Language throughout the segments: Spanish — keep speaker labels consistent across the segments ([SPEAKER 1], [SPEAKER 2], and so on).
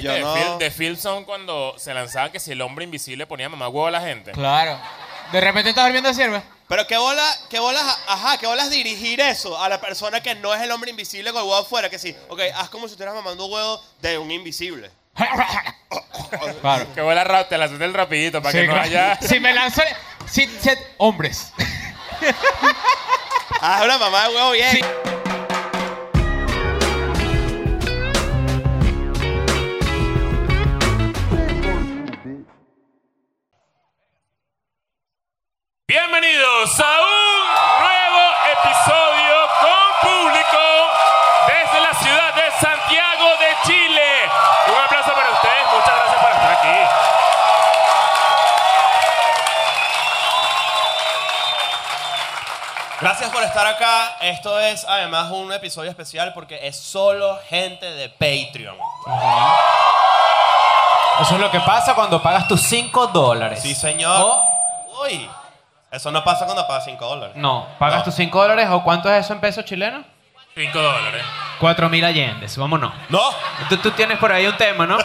[SPEAKER 1] chistes de,
[SPEAKER 2] no-
[SPEAKER 1] Phil, de Phil son cuando se lanzaban que si el hombre invisible ponía mamá huevo a la gente.
[SPEAKER 3] Claro. De repente estás durmiendo así, ¿verdad?
[SPEAKER 2] Pero qué bola, qué bolas, ajá, qué bolas dirigir eso a la persona que no es el hombre invisible con el huevo afuera, que sí, ok, haz como si estuvieras mamando huevo de un invisible.
[SPEAKER 3] Claro.
[SPEAKER 1] Que huele a rap, te lanzaste el rapidito para
[SPEAKER 3] Sí,
[SPEAKER 1] que no
[SPEAKER 3] claro.
[SPEAKER 1] haya.
[SPEAKER 3] Si me lanzo. Si, si- hombres.
[SPEAKER 2] Haz una mamá de huevo bien.
[SPEAKER 3] Sí.
[SPEAKER 1] Bienvenidos a un nuevo episodio con público desde la ciudad de Santiago de Chile. Un aplauso para ustedes, muchas gracias por estar aquí.
[SPEAKER 2] Gracias por estar acá. Esto es además un episodio especial porque es solo gente de Patreon.
[SPEAKER 4] Eso es lo que pasa cuando pagas tus 5 dólares.
[SPEAKER 2] Sí, señor.
[SPEAKER 4] O,
[SPEAKER 2] Uy, eso no pasa cuando pagas 5 dólares.
[SPEAKER 4] no, pagas
[SPEAKER 2] No.
[SPEAKER 4] tus 5 dólares o cuánto es eso en pesos chilenos?
[SPEAKER 1] 5 dólares.
[SPEAKER 4] 4 mil allendes, vámonos.
[SPEAKER 2] No.
[SPEAKER 4] Tú, tú tienes por ahí un tema, ¿no?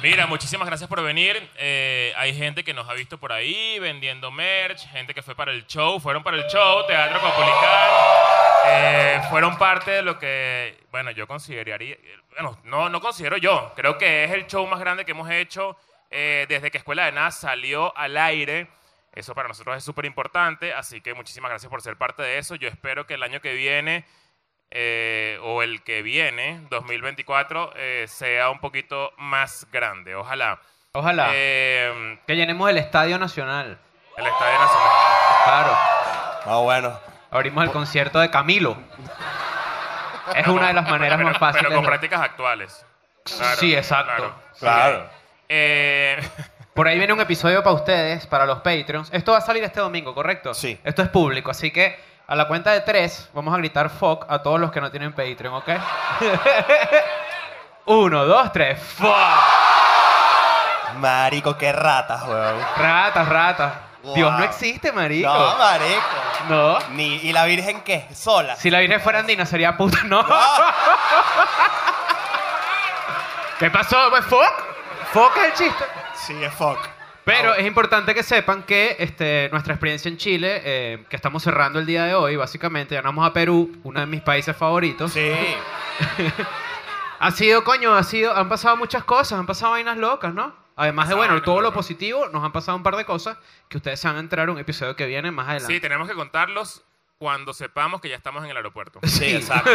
[SPEAKER 1] Mira, muchísimas gracias por venir. Eh, hay gente que nos ha visto por ahí vendiendo merch, gente que fue para el show, fueron para el show, Teatro Copulican. Eh, fueron parte de lo que, bueno, yo consideraría, bueno, no, no considero yo, creo que es el show más grande que hemos hecho eh, desde que Escuela de Nada salió al aire. Eso para nosotros es súper importante, así que muchísimas gracias por ser parte de eso. Yo espero que el año que viene eh, o el que viene, 2024, eh, sea un poquito más grande. Ojalá.
[SPEAKER 4] Ojalá.
[SPEAKER 1] Eh,
[SPEAKER 4] Que llenemos el Estadio Nacional.
[SPEAKER 1] el Estadio Nacional.
[SPEAKER 4] Claro.
[SPEAKER 2] Ah, bueno.
[SPEAKER 4] Abrimos el concierto de Camilo. Es una de las maneras
[SPEAKER 1] Pero-
[SPEAKER 4] más fáciles.
[SPEAKER 1] Pero con
[SPEAKER 4] de-
[SPEAKER 1] prácticas actuales. Claro,
[SPEAKER 4] sí, exacto.
[SPEAKER 1] claro.
[SPEAKER 2] Claro.
[SPEAKER 1] Eh,
[SPEAKER 4] Por ahí viene un episodio para ustedes, para los Patreons. Esto va a salir este domingo, ¿correcto?
[SPEAKER 2] Sí.
[SPEAKER 4] Esto es público, así que a la cuenta de tres vamos a gritar fuck a todos los que no tienen Patreon, ¿ok? Uno, dos, tres. Fuck.
[SPEAKER 2] Marico, qué ratas, weón.
[SPEAKER 4] Ratas, ratas. Dios
[SPEAKER 2] Wow.
[SPEAKER 4] no existe, marico.
[SPEAKER 2] No, marico.
[SPEAKER 4] No.
[SPEAKER 2] Ni, ¿Y la Virgen qué? Sola.
[SPEAKER 4] Si la Virgen fuera andina sería puta. No. ¿Qué pasó? pues, ¿Fuck? ¿Fuck es el chiste?
[SPEAKER 2] Sí, es fuck.
[SPEAKER 4] Pero es importante que sepan que este, nuestra experiencia en Chile, eh, que estamos cerrando el día de hoy, básicamente, ganamos a Perú, uno de mis países favoritos.
[SPEAKER 2] Sí.
[SPEAKER 4] Ha sido, coño, ha sido, han pasado muchas cosas, han pasado vainas locas, ¿no? Además de,
[SPEAKER 1] Pasado
[SPEAKER 4] bueno,
[SPEAKER 1] vainas
[SPEAKER 4] todo lo
[SPEAKER 1] locas.
[SPEAKER 4] positivo, nos han pasado un par de cosas que ustedes se van a enterar en un episodio que viene más adelante.
[SPEAKER 1] sí, tenemos que contarlos cuando sepamos que ya estamos en el aeropuerto.
[SPEAKER 2] Sí, exacto.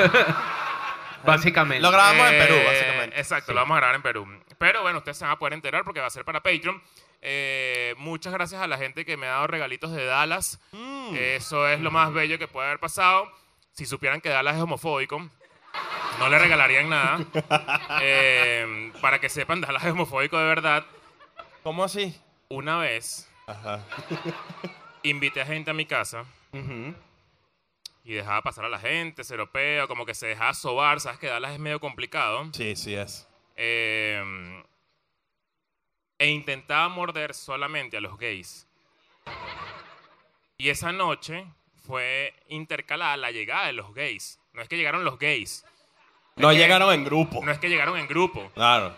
[SPEAKER 4] básicamente.
[SPEAKER 2] Lo grabamos en
[SPEAKER 1] Eh,
[SPEAKER 2] Perú, básicamente.
[SPEAKER 1] Exacto, lo vamos a grabar en Perú. Pero bueno, ustedes se van a poder enterar porque va a ser para Patreon. Eh, muchas gracias a la gente que me ha dado regalitos de Dallas.
[SPEAKER 2] Mm.
[SPEAKER 1] Eso es lo más bello que puede haber pasado. Si supieran que Dallas es homofóbico, no le regalarían nada. Eh, para que sepan, Dallas es homofóbico de verdad.
[SPEAKER 2] ¿Cómo así?
[SPEAKER 1] Una vez invité a gente a mi casa
[SPEAKER 4] Ujú.
[SPEAKER 1] y dejaba pasar a la gente, seropeo, como que se dejaba sobar. Sabes que Dallas es medio complicado.
[SPEAKER 2] Sí, sí es.
[SPEAKER 1] Eh, e intentaba morder solamente a los gays. Y esa noche fue intercalada la llegada de los gays. No es que llegaron los gays,
[SPEAKER 2] No
[SPEAKER 1] que-
[SPEAKER 2] llegaron en grupo.
[SPEAKER 1] no es que llegaron en grupo.
[SPEAKER 2] Claro.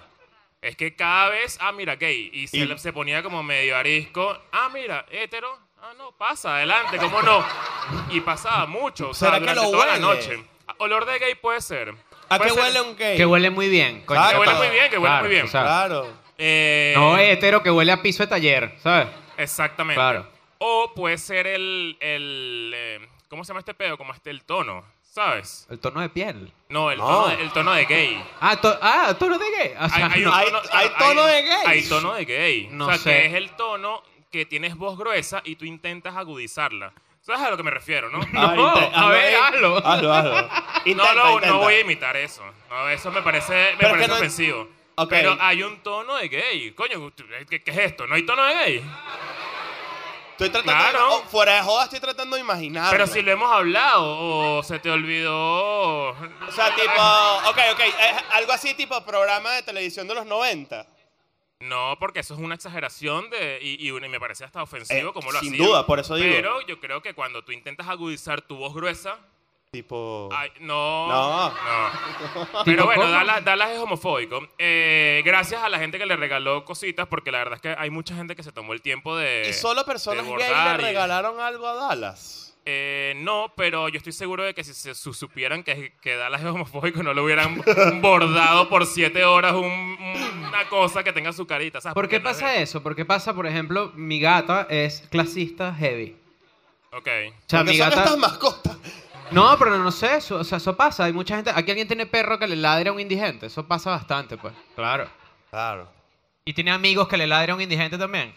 [SPEAKER 1] Es que cada vez, ah, mira, gay. Y se,
[SPEAKER 2] Y-
[SPEAKER 1] le- se ponía como medio arisco. Ah, mira, hétero. Ah, no, pasa, adelante, cómo no. Y pasaba mucho, o sea,
[SPEAKER 2] ¿Será que
[SPEAKER 1] durante
[SPEAKER 2] lo
[SPEAKER 1] toda la
[SPEAKER 2] huele?
[SPEAKER 1] noche. Olor de gay puede ser.
[SPEAKER 2] ¿A
[SPEAKER 1] Puede
[SPEAKER 2] qué
[SPEAKER 1] ser-
[SPEAKER 2] huele un gay?
[SPEAKER 4] Que huele muy bien. coño.
[SPEAKER 2] Claro. Que huele
[SPEAKER 1] muy bien, que huele
[SPEAKER 4] Claro,
[SPEAKER 1] muy bien.
[SPEAKER 4] o sea,
[SPEAKER 2] Claro.
[SPEAKER 1] Eh,
[SPEAKER 4] No hetero que huele a piso de taller, ¿sabes?
[SPEAKER 1] Exactamente.
[SPEAKER 4] Claro.
[SPEAKER 1] O puede ser el, el eh, ¿cómo se llama este pedo? Como este el tono, ¿sabes?
[SPEAKER 4] El tono de piel.
[SPEAKER 1] No, el,
[SPEAKER 2] No.
[SPEAKER 1] Tono, de, el tono de gay.
[SPEAKER 4] Ah, to- ah, tono de gay. O sea,
[SPEAKER 1] un
[SPEAKER 2] Hay- hay tono de gay.
[SPEAKER 1] Hay tono de gay.
[SPEAKER 4] No
[SPEAKER 1] o sea,
[SPEAKER 4] sé.
[SPEAKER 1] que es el tono que tienes voz gruesa y tú intentas agudizarla. ¿Sabes a lo que me refiero, no?
[SPEAKER 4] Ah, No,
[SPEAKER 2] inte-
[SPEAKER 4] a ver,
[SPEAKER 2] ahí.
[SPEAKER 4] hazlo.
[SPEAKER 2] Hazlo, hazlo.
[SPEAKER 1] no,
[SPEAKER 2] Intenta,
[SPEAKER 1] no,
[SPEAKER 2] intenta.
[SPEAKER 1] no voy a imitar eso. No, eso me parece, me
[SPEAKER 2] Pero es
[SPEAKER 1] parece
[SPEAKER 2] que no-
[SPEAKER 1] ofensivo.
[SPEAKER 2] Ok.
[SPEAKER 1] Pero hay un tono de gay. Coño, ¿qué, qué es esto? ¿No hay tono de gay?
[SPEAKER 2] Estoy tratando de-
[SPEAKER 1] Claro.
[SPEAKER 2] oh, fuera de joda estoy tratando de imaginar.
[SPEAKER 1] Pero si lo hemos hablado o se te olvidó.
[SPEAKER 2] O sea, tipo, ok, ok, eh, algo así tipo programa de televisión de los 90.
[SPEAKER 1] No, porque eso es una exageración de, y, y una- y me parece hasta ofensivo
[SPEAKER 2] Eh,
[SPEAKER 1] como lo
[SPEAKER 2] sin
[SPEAKER 1] hacían.
[SPEAKER 2] duda, por eso digo.
[SPEAKER 1] Pero yo creo que cuando tú intentas agudizar tu voz gruesa,
[SPEAKER 2] Tipo.
[SPEAKER 1] Ay, no.
[SPEAKER 2] Oh. No.
[SPEAKER 1] no. Pero bueno,
[SPEAKER 4] ¿cómo?
[SPEAKER 1] Dallas, Dallas es homofóbico. Eh, gracias a la gente que le regaló cositas, porque la verdad es que hay mucha gente que se tomó el tiempo de.
[SPEAKER 2] ¿Y solo personas
[SPEAKER 1] eh, de
[SPEAKER 2] gay le
[SPEAKER 1] bordar y-
[SPEAKER 2] regalaron algo a Dallas?
[SPEAKER 1] Eh, no, pero yo estoy seguro de que si se su- supieran que, que Dallas es homofóbico, no lo hubieran bordado por siete horas un- una cosa que tenga su carita. ¿sabes?
[SPEAKER 4] ¿Por qué pasa eso? Porque pasa, por ejemplo, mi gata es clasista heavy.
[SPEAKER 1] Ok.
[SPEAKER 4] O sea,
[SPEAKER 2] Porque
[SPEAKER 4] mi
[SPEAKER 2] son
[SPEAKER 4] gata...
[SPEAKER 2] estas mascotas.
[SPEAKER 4] No, pero no sé, eso, o sea, eso pasa. Hay mucha gente... Aquí alguien tiene perro que le ladre a un indigente. Eso pasa bastante, pues. Claro.
[SPEAKER 2] Claro,
[SPEAKER 4] Y tiene amigos que le ladre a un indigente también.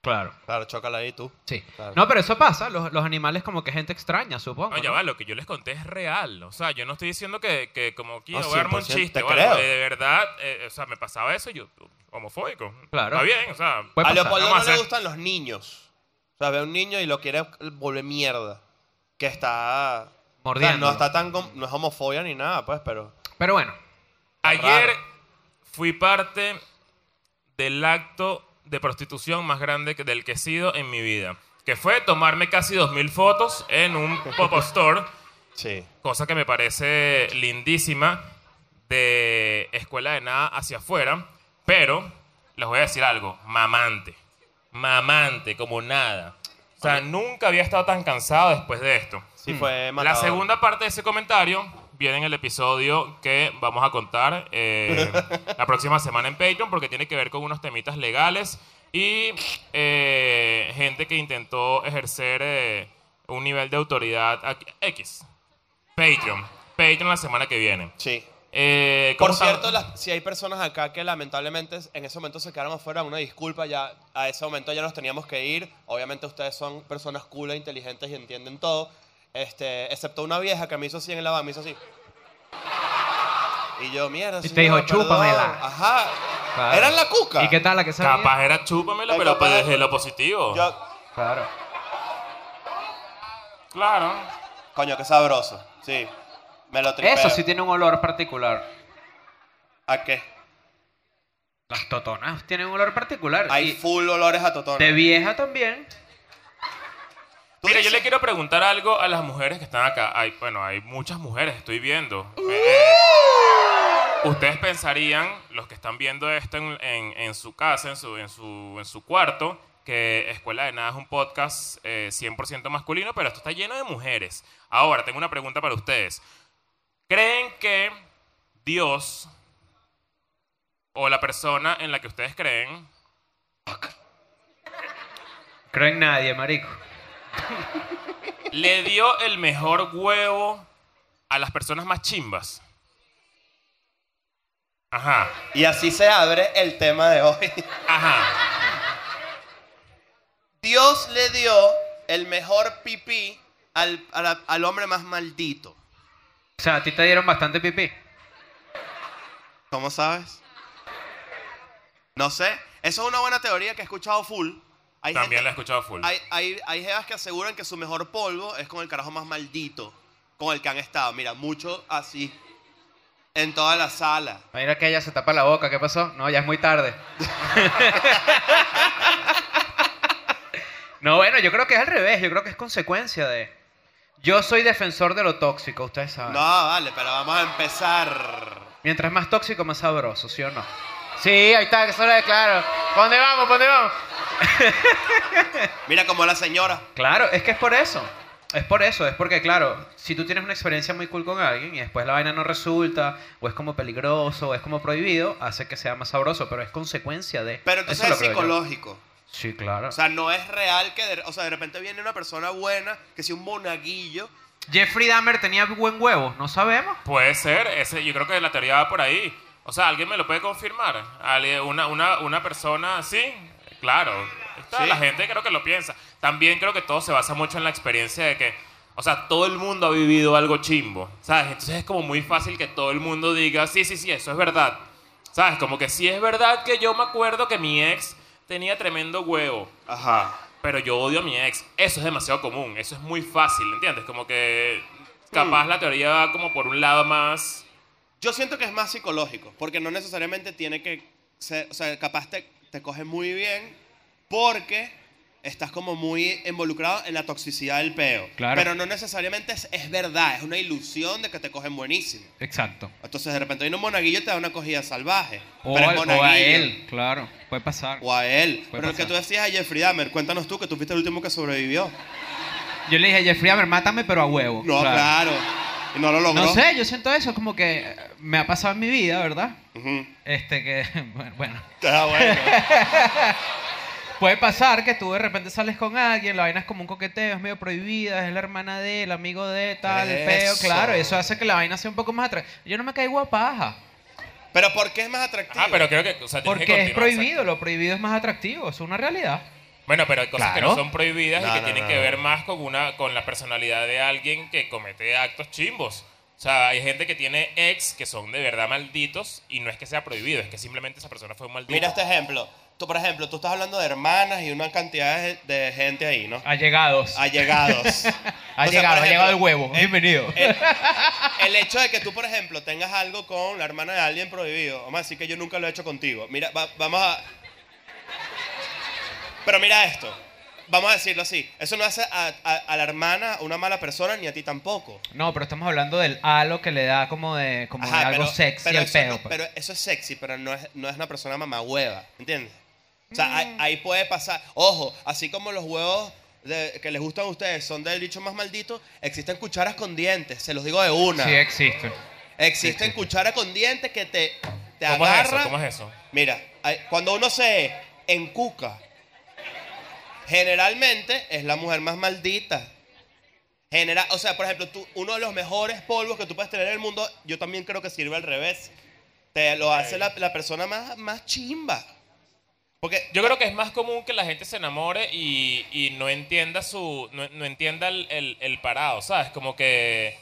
[SPEAKER 4] Claro.
[SPEAKER 2] claro, chócala ahí tú.
[SPEAKER 4] Sí.
[SPEAKER 2] Claro.
[SPEAKER 4] No, pero eso pasa. Los, los animales como que gente extraña, supongo.
[SPEAKER 1] No, ya
[SPEAKER 4] ¿no?
[SPEAKER 1] va, lo que yo les conté es real. O sea, yo no estoy diciendo que, que como quiero
[SPEAKER 2] No,
[SPEAKER 1] voy a armar un
[SPEAKER 2] 100%
[SPEAKER 1] chiste.
[SPEAKER 2] te
[SPEAKER 1] o algo.
[SPEAKER 2] creo.
[SPEAKER 1] Eh, de verdad, eh, o sea, me pasaba eso y yo, homofóbico.
[SPEAKER 4] Claro.
[SPEAKER 1] Está bien, o sea.
[SPEAKER 4] Puede
[SPEAKER 2] A
[SPEAKER 4] pasar.
[SPEAKER 2] Leopoldo
[SPEAKER 1] Vamos a
[SPEAKER 2] no le
[SPEAKER 1] hacer-
[SPEAKER 2] gustan los niños. O sea, ve a un niño y lo quiere volver mierda. Que está. o sea,
[SPEAKER 4] Mordiéndolo.
[SPEAKER 2] no está tan. com- No es homofobia ni nada, pues, pero.
[SPEAKER 4] Pero bueno.
[SPEAKER 1] Ayer
[SPEAKER 2] raro.
[SPEAKER 1] fui parte del acto de prostitución más grande que- del que he sido en mi vida. Que fue tomarme casi 2.000 fotos en un pop-up store,
[SPEAKER 2] Sí.
[SPEAKER 1] cosa que me parece lindísima, de escuela de nada hacia afuera. Pero les voy a decir algo, mamante. Mamante, como nada. O sea, nunca había estado tan cansado después de esto.
[SPEAKER 2] Sí, fue
[SPEAKER 1] Hmm. La
[SPEAKER 2] matador.
[SPEAKER 1] segunda parte de ese comentario viene en el episodio que vamos a contar eh, la próxima semana en Patreon porque tiene que ver con unos temitas legales y eh, gente que intentó ejercer eh, un nivel de autoridad aquí- X. Patreon. Patreon la semana que viene.
[SPEAKER 2] Sí.
[SPEAKER 1] Eh, ¿cómo
[SPEAKER 2] Por
[SPEAKER 1] están?
[SPEAKER 2] cierto, las- si hay personas acá que lamentablemente en ese momento se quedaron afuera, una disculpa, ya a ese momento ya nos teníamos que ir. Obviamente ustedes son personas cool, e inteligentes y entienden todo. Este, excepto una vieja que me hizo así en la van, me hizo así. Y yo, mierda.
[SPEAKER 4] Y te
[SPEAKER 2] señora,
[SPEAKER 4] dijo, "Chúpamela".
[SPEAKER 2] perdón". Ajá.
[SPEAKER 4] Claro.
[SPEAKER 2] Eran la cuca.
[SPEAKER 4] ¿Y qué tal la que sabía?
[SPEAKER 1] Capaz era chúpamela,
[SPEAKER 2] Ay,
[SPEAKER 1] pero pues,
[SPEAKER 2] capaz.
[SPEAKER 1] desde lo positivo.
[SPEAKER 2] Yo,
[SPEAKER 4] Claro.
[SPEAKER 1] Claro.
[SPEAKER 2] coño, qué sabroso. Sí. Me lo tripeo.
[SPEAKER 4] Eso sí tiene un olor particular.
[SPEAKER 2] ¿A qué?
[SPEAKER 4] Las totonas tienen un olor particular.
[SPEAKER 2] Hay
[SPEAKER 4] y
[SPEAKER 2] full olores a totón.
[SPEAKER 4] de vieja también.
[SPEAKER 1] Mira, yo le quiero preguntar algo a las mujeres que están acá. Hay, bueno, hay muchas mujeres, estoy viendo. Eh, eh, Ustedes pensarían, los que están viendo esto en, en- en su casa, en su, en, su, en su cuarto, que Escuela de Nada es un podcast eh, 100% masculino, pero esto está lleno de mujeres. Ahora, tengo una pregunta para ustedes. ¿Creen que Dios o la persona en la que ustedes creen
[SPEAKER 4] Creo en nadie, marico.
[SPEAKER 1] le dio el mejor huevo a las personas más chimbas. Ajá,
[SPEAKER 2] Y así se abre el tema de hoy.
[SPEAKER 1] ajá.
[SPEAKER 2] Dios le dio el mejor pipí al, a la- al hombre más maldito.
[SPEAKER 4] O sea, a ti te dieron bastante pipí.
[SPEAKER 2] ¿Cómo sabes? No sé. Eso es una buena teoría que he escuchado full. Hay
[SPEAKER 1] También la he
[SPEAKER 2] gente-
[SPEAKER 1] escuchado full.
[SPEAKER 2] Hay, hay, hay jevas que aseguran que su mejor polvo es con el carajo más maldito con el que han estado. Mira, mucho así. En toda la sala.
[SPEAKER 4] Mira que ella se tapa la boca, ¿qué pasó? No, ya es muy tarde. no, bueno, yo creo que es al revés, yo creo que es consecuencia de... Yo soy defensor de lo tóxico, ustedes saben.
[SPEAKER 2] No, vale, pero vamos a empezar.
[SPEAKER 4] Mientras más tóxico, más sabroso, ¿sí o no? Sí, ahí está, que se lo declaro. ¿Para dónde vamos? ¿Para dónde vamos?
[SPEAKER 2] Mira como la señora.
[SPEAKER 4] Claro, es que es por eso. Es por eso, es porque, claro, si tú tienes una experiencia muy cool con alguien y después la vaina no resulta, o es como peligroso, o es como prohibido, hace que sea más sabroso, pero es consecuencia de.
[SPEAKER 2] Pero entonces es
[SPEAKER 4] Eso lo creo yo.
[SPEAKER 2] psicológico.
[SPEAKER 4] Sí, claro.
[SPEAKER 2] O sea, no es real que de, o sea, de repente viene una persona buena, que sea un monaguillo.
[SPEAKER 4] Jeffrey Dahmer tenía buen huevo, no sabemos.
[SPEAKER 1] Puede ser, ese, yo creo que la teoría va por ahí. O sea, ¿alguien me lo puede confirmar? ¿Alguien- Una, una, una persona, sí, claro. Está,
[SPEAKER 2] Sí.
[SPEAKER 1] La gente creo que lo piensa. También creo que todo se basa mucho en la experiencia de que, o sea, todo el mundo ha vivido algo chimbo, ¿sabes? Entonces es como muy fácil que todo el mundo diga, sí, sí, sí, eso es verdad. ¿Sabes? Como que sí es verdad que yo me acuerdo que mi ex tenía tremendo huevo
[SPEAKER 2] Ajá.
[SPEAKER 1] pero yo odio a mi ex. Eso es demasiado común, eso es muy fácil, ¿entiendes? Como que
[SPEAKER 4] Mm.
[SPEAKER 1] capaz la teoría va como por un lado más...
[SPEAKER 2] Yo siento que es más psicológico, porque no necesariamente tiene que ser, o sea, capaz te, te coge muy bien, porque estás como muy involucrado en la toxicidad del peo.
[SPEAKER 4] Claro.
[SPEAKER 2] Pero no necesariamente es, es verdad, es una ilusión de que te cogen buenísimo.
[SPEAKER 4] Exacto.
[SPEAKER 2] Entonces de repente viene un monaguillo y te da una cogida salvaje.
[SPEAKER 4] O,
[SPEAKER 2] pero es
[SPEAKER 4] al- o
[SPEAKER 2] monaguillo.
[SPEAKER 4] a él, claro. Puede pasar.
[SPEAKER 2] O a él.
[SPEAKER 4] Puede
[SPEAKER 2] Pero el que
[SPEAKER 4] pasar.
[SPEAKER 2] tú decías a Jeffrey Dahmer, cuéntanos tú que tú fuiste el último que sobrevivió.
[SPEAKER 4] Yo le dije a Jeffrey Dahmer, mátame, pero a huevo.
[SPEAKER 2] No, claro. Y no lo logró.
[SPEAKER 4] No sé, yo siento eso, como que eh, me ha pasado en mi vida, ¿verdad?
[SPEAKER 2] Ujú.
[SPEAKER 4] Este que, bueno, bueno.
[SPEAKER 2] Está bueno.
[SPEAKER 4] Puede pasar que tú de repente sales con alguien, la vaina es como un coqueteo, es medio prohibida, es la hermana de, el amigo de, tal, el peo,
[SPEAKER 2] Eso.
[SPEAKER 4] claro, eso hace que la vaina sea un poco más atractiva. Yo no me caigo a paja,
[SPEAKER 2] Pero ¿por qué es más atractivo?
[SPEAKER 1] Ah, pero creo que. O sea, tienes que
[SPEAKER 4] porque es
[SPEAKER 1] continuar,
[SPEAKER 4] prohibido, lo prohibido es más atractivo, es una realidad.
[SPEAKER 1] exacto. Bueno, pero hay cosas que no
[SPEAKER 4] Claro.
[SPEAKER 1] son prohibidas
[SPEAKER 2] No,
[SPEAKER 1] y que
[SPEAKER 2] no,
[SPEAKER 1] tienen
[SPEAKER 2] no,
[SPEAKER 1] que
[SPEAKER 2] no.
[SPEAKER 1] ver más con, una, con la personalidad de alguien que comete actos chimbos. O sea, hay gente que tiene ex que son de verdad malditos y no es que sea prohibido, es que simplemente esa persona fue un maldito.
[SPEAKER 2] Mira este ejemplo. Tú, por ejemplo, tú estás hablando de hermanas y una cantidad de, de gente ahí, ¿no?
[SPEAKER 4] Allegados.
[SPEAKER 2] Allegados.
[SPEAKER 4] Ah. Ha
[SPEAKER 2] Entonces,
[SPEAKER 4] llegado,
[SPEAKER 2] por ejemplo,
[SPEAKER 4] ha llegado el huevo.
[SPEAKER 2] eh,
[SPEAKER 4] Bienvenido.
[SPEAKER 2] El, el hecho de que tú, por ejemplo, tengas algo con la hermana de alguien prohibido, vamos a decir que yo nunca lo he hecho contigo. Mira, va- vamos a. Pero mira esto. Vamos a decirlo así. Eso no hace a, a- a la hermana una mala persona ni a ti tampoco.
[SPEAKER 4] No, pero estamos hablando del halo que le da como de, como de algo sexy
[SPEAKER 2] pero
[SPEAKER 4] al
[SPEAKER 2] eso,
[SPEAKER 4] peo.
[SPEAKER 2] no-
[SPEAKER 4] pues.
[SPEAKER 2] pero eso es sexy, pero no es, no es una persona mamahueva, ¿entiendes? O sea, ahí, ahí puede pasar. Ojo, así como los huevos de- que les gustan a ustedes son del bicho más maldito, existen cucharas con dientes, se los digo de una.
[SPEAKER 4] Sí existe.
[SPEAKER 2] Existen cucharas con dientes que te, te
[SPEAKER 1] ¿Cómo es eso?
[SPEAKER 2] agarra.
[SPEAKER 1] ¿Cómo es eso?
[SPEAKER 2] Mira, hay- cuando uno se encuca, generalmente es la mujer más maldita. Genera, o sea, por ejemplo, tú- uno de los mejores polvos que tú puedes tener en el mundo, yo también creo que sirve al revés. Te lo hace la, la persona más, más chimba. Porque
[SPEAKER 1] Yo creo que es más común que la gente se enamore y, y no entienda su. no, no entienda el, el- el parado, ¿sabes? Como que.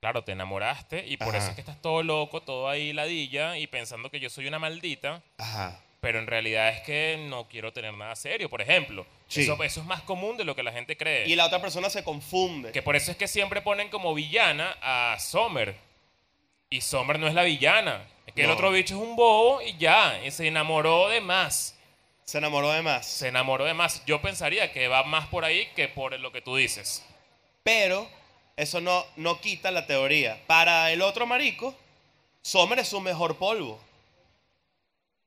[SPEAKER 1] Claro, te enamoraste y por
[SPEAKER 2] Ajá.
[SPEAKER 1] eso es que estás todo loco, todo ahí ladilla y pensando que yo soy una maldita,
[SPEAKER 2] Ajá.
[SPEAKER 1] pero en realidad es que no quiero tener nada serio, por ejemplo.
[SPEAKER 2] Sí.
[SPEAKER 1] Eso, eso es más común de lo que la gente cree.
[SPEAKER 2] Y la otra persona se confunde.
[SPEAKER 1] Que por eso es que siempre ponen como villana a Sommer. Y Sommer no es la villana. Es que el
[SPEAKER 2] No.
[SPEAKER 1] otro bicho es un bobo y ya. Y se enamoró de más.
[SPEAKER 2] Se enamoró de más.
[SPEAKER 1] Se enamoró de más. Yo pensaría que va más por ahí que por lo que tú dices.
[SPEAKER 2] Pero eso no, no quita la teoría. Para el otro marico, Sommer es su mejor polvo.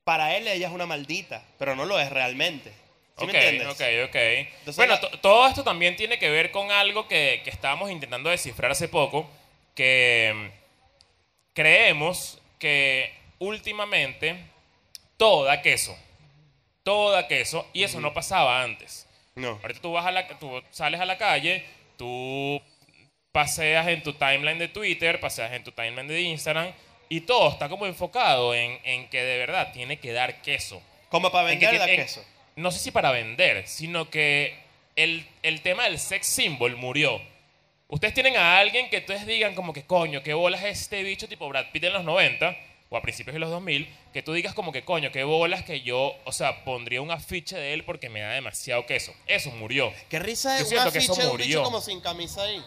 [SPEAKER 2] Para él, ella es una maldita, pero no lo es realmente. ¿Sí
[SPEAKER 1] ok,
[SPEAKER 2] me entiendes?
[SPEAKER 1] ok, ok. bueno,
[SPEAKER 2] la-
[SPEAKER 1] to- todo esto también tiene que ver con algo que, que estábamos intentando descifrar hace poco, que mm, creemos que últimamente toda queso, toda queso, y eso no pasaba antes.
[SPEAKER 2] No.
[SPEAKER 1] Ahorita tú, vas a la, tú sales a la calle, tú paseas en tu timeline de Twitter, paseas en tu timeline de Instagram y todo está como enfocado en, en que de verdad tiene que dar queso.
[SPEAKER 2] Como para
[SPEAKER 1] En que
[SPEAKER 2] vender la
[SPEAKER 1] tiene- en-
[SPEAKER 2] queso.
[SPEAKER 1] No sé si para vender, sino que el, el tema del sex symbol murió. Ustedes tienen a alguien que ustedes digan como que coño, qué bolas es este bicho tipo Brad Pitt en los 90 o a principios de los 2000, que tú digas como que coño, qué bolas que yo, o sea, pondría un afiche de él porque me da demasiado queso. Eso murió.
[SPEAKER 2] Qué risa
[SPEAKER 1] Yo
[SPEAKER 2] de un
[SPEAKER 1] siento que
[SPEAKER 2] afiche
[SPEAKER 1] eso
[SPEAKER 2] de un bicho
[SPEAKER 1] murió.
[SPEAKER 2] como sin camisa ahí.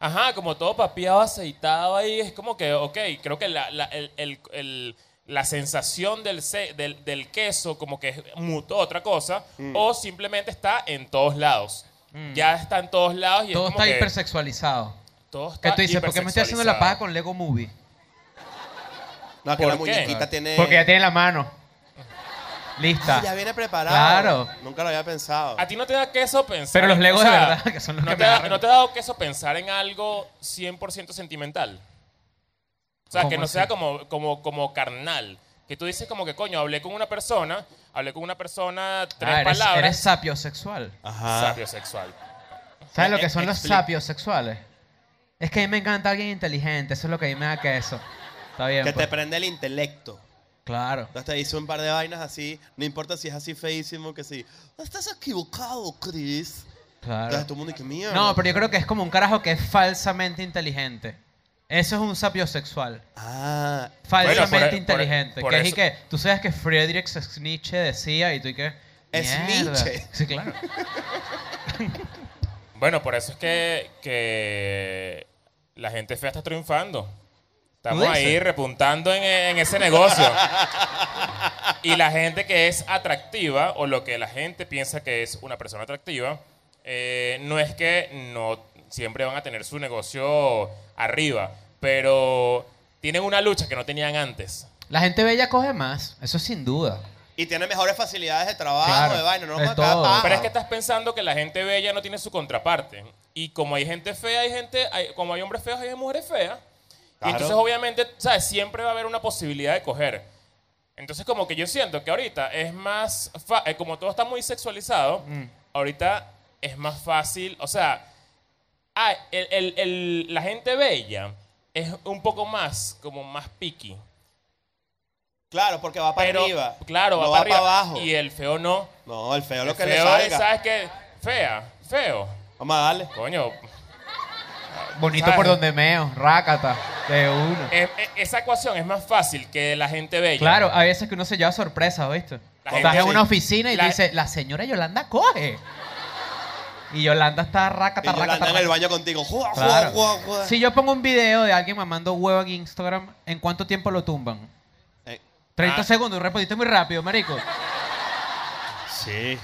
[SPEAKER 1] Ajá, como todo papiado, aceitado ahí. Es como que, ok, creo que la, la- el- el- el- la sensación del, se- del, del queso como que mutó a otra cosa
[SPEAKER 4] Mm.
[SPEAKER 1] o simplemente está en todos lados. Ya está en todos lados y
[SPEAKER 4] Todo
[SPEAKER 1] es como
[SPEAKER 4] está
[SPEAKER 1] que
[SPEAKER 4] hipersexualizado.
[SPEAKER 1] todo
[SPEAKER 4] Que
[SPEAKER 1] está
[SPEAKER 4] tú dices, ¿por qué me estoy haciendo la paja
[SPEAKER 1] hipersexualizado".
[SPEAKER 4] con Lego Movie?
[SPEAKER 2] No, que
[SPEAKER 1] ¿Por
[SPEAKER 2] la
[SPEAKER 1] qué?
[SPEAKER 2] muñequita tiene.
[SPEAKER 4] Porque ya tiene la mano.
[SPEAKER 2] Ah,
[SPEAKER 4] Lista.
[SPEAKER 2] ya viene preparado.
[SPEAKER 4] Claro.
[SPEAKER 2] Nunca lo había pensado.
[SPEAKER 1] A ti no te da queso pensar.
[SPEAKER 4] Pero los
[SPEAKER 1] en-
[SPEAKER 4] Legos de verdad, que son los
[SPEAKER 1] no
[SPEAKER 4] que
[SPEAKER 1] te
[SPEAKER 4] me
[SPEAKER 1] da-
[SPEAKER 4] agarran.
[SPEAKER 1] ¿No te ha dado queso pensar en algo 100% sentimental? O sea,
[SPEAKER 4] ¿Cómo
[SPEAKER 1] que no
[SPEAKER 4] así?
[SPEAKER 1] sea como, como, como carnal. Que tú dices como que, coño, hablé con una persona, hablé con una persona tres
[SPEAKER 4] Ah, eres,
[SPEAKER 1] palabras.
[SPEAKER 4] eres sapiosexual.
[SPEAKER 2] Ajá.
[SPEAKER 1] Sapio sexual.
[SPEAKER 4] ¿Sabes lo que son los
[SPEAKER 2] Expli-
[SPEAKER 4] sapiosexuales? Es que a mí me encanta alguien inteligente. Eso es lo que a mí me da queso. Está bien.
[SPEAKER 2] Que te
[SPEAKER 4] pues.
[SPEAKER 2] prende el intelecto.
[SPEAKER 4] Claro.
[SPEAKER 2] Entonces te dice un par de vainas así. No importa si es así feísimo que sí. Estás equivocado, Chris. Entonces
[SPEAKER 4] Claro.
[SPEAKER 2] todo el mundo dice, mierda.
[SPEAKER 4] No, pero yo creo que es como un carajo que es falsamente inteligente. Eso es un sapiosexual.
[SPEAKER 2] Ah,
[SPEAKER 1] Bueno,
[SPEAKER 4] Falsamente
[SPEAKER 1] por- por-
[SPEAKER 4] inteligente.
[SPEAKER 1] por
[SPEAKER 4] que es y
[SPEAKER 1] eso-
[SPEAKER 4] que tú sabes que Friedrich Nietzsche decía y tú y que.
[SPEAKER 2] Es
[SPEAKER 4] "Mierda".
[SPEAKER 2] Nietzsche.
[SPEAKER 4] Sí, claro.
[SPEAKER 1] Bueno, por eso es que, que la gente fea está triunfando. Estamos
[SPEAKER 4] dices?
[SPEAKER 1] ahí repuntando en, en ese negocio. y la gente que es atractiva, o lo que la gente piensa que es una persona atractiva, eh, no es que no siempre van a tener su negocio arriba, pero tienen una lucha que no tenían antes.
[SPEAKER 4] La gente bella coge más, eso sin duda.
[SPEAKER 2] Y tiene mejores facilidades de trabajo,
[SPEAKER 4] Claro,
[SPEAKER 2] de vaina, no
[SPEAKER 4] de
[SPEAKER 2] nos acaba
[SPEAKER 4] todo.
[SPEAKER 2] paja.
[SPEAKER 1] Pero es que estás pensando que la gente bella no tiene su contraparte. Y como hay gente fea, hay gente, hay- como hay hombres feos, hay mujeres feas. Y
[SPEAKER 2] Claro.
[SPEAKER 1] entonces, obviamente, ¿sabes? siempre va a haber una posibilidad de coger. Entonces, como que yo siento que ahorita es más. fa- eh, como todo está muy sexualizado,
[SPEAKER 2] Mm.
[SPEAKER 1] ahorita es más fácil. O sea, ah, el- el- el- la gente bella es un poco más, como más picky.
[SPEAKER 2] Claro, porque va para
[SPEAKER 1] Pero,
[SPEAKER 2] arriba.
[SPEAKER 1] claro,
[SPEAKER 2] no
[SPEAKER 1] va, para arriba.
[SPEAKER 2] abajo.
[SPEAKER 1] Y el feo no.
[SPEAKER 2] No, el feo
[SPEAKER 1] El
[SPEAKER 2] lo que
[SPEAKER 1] feo
[SPEAKER 2] le
[SPEAKER 1] es,
[SPEAKER 2] salga.
[SPEAKER 1] ¿sabes qué? Fea, feo.
[SPEAKER 2] Vamos a darle.
[SPEAKER 1] Coño,
[SPEAKER 4] Bonito
[SPEAKER 1] ¿Sabes?
[SPEAKER 4] por donde meo, rácata, de uno.
[SPEAKER 1] es- es- esa ecuación es más fácil que la gente bella.
[SPEAKER 4] Claro, a veces que uno se lleva sorpresas, ¿viste?
[SPEAKER 1] La
[SPEAKER 4] Estás
[SPEAKER 1] gente
[SPEAKER 4] en
[SPEAKER 1] sí.
[SPEAKER 4] una oficina y
[SPEAKER 1] La-
[SPEAKER 4] dice, la señora Yolanda coge. Y Yolanda está
[SPEAKER 2] Y
[SPEAKER 4] rácata,
[SPEAKER 2] Yolanda
[SPEAKER 4] rácata,
[SPEAKER 2] en el
[SPEAKER 4] rácata.
[SPEAKER 2] baño contigo. Jua, jua,
[SPEAKER 4] Claro.
[SPEAKER 2] jua, jua.
[SPEAKER 4] Si yo pongo un video de alguien mamando huevo en Instagram, ¿en cuánto tiempo lo tumban?
[SPEAKER 2] Eh,
[SPEAKER 4] 30
[SPEAKER 1] Ah.
[SPEAKER 4] segundos, respondiste muy rápido, marico.
[SPEAKER 2] Sí.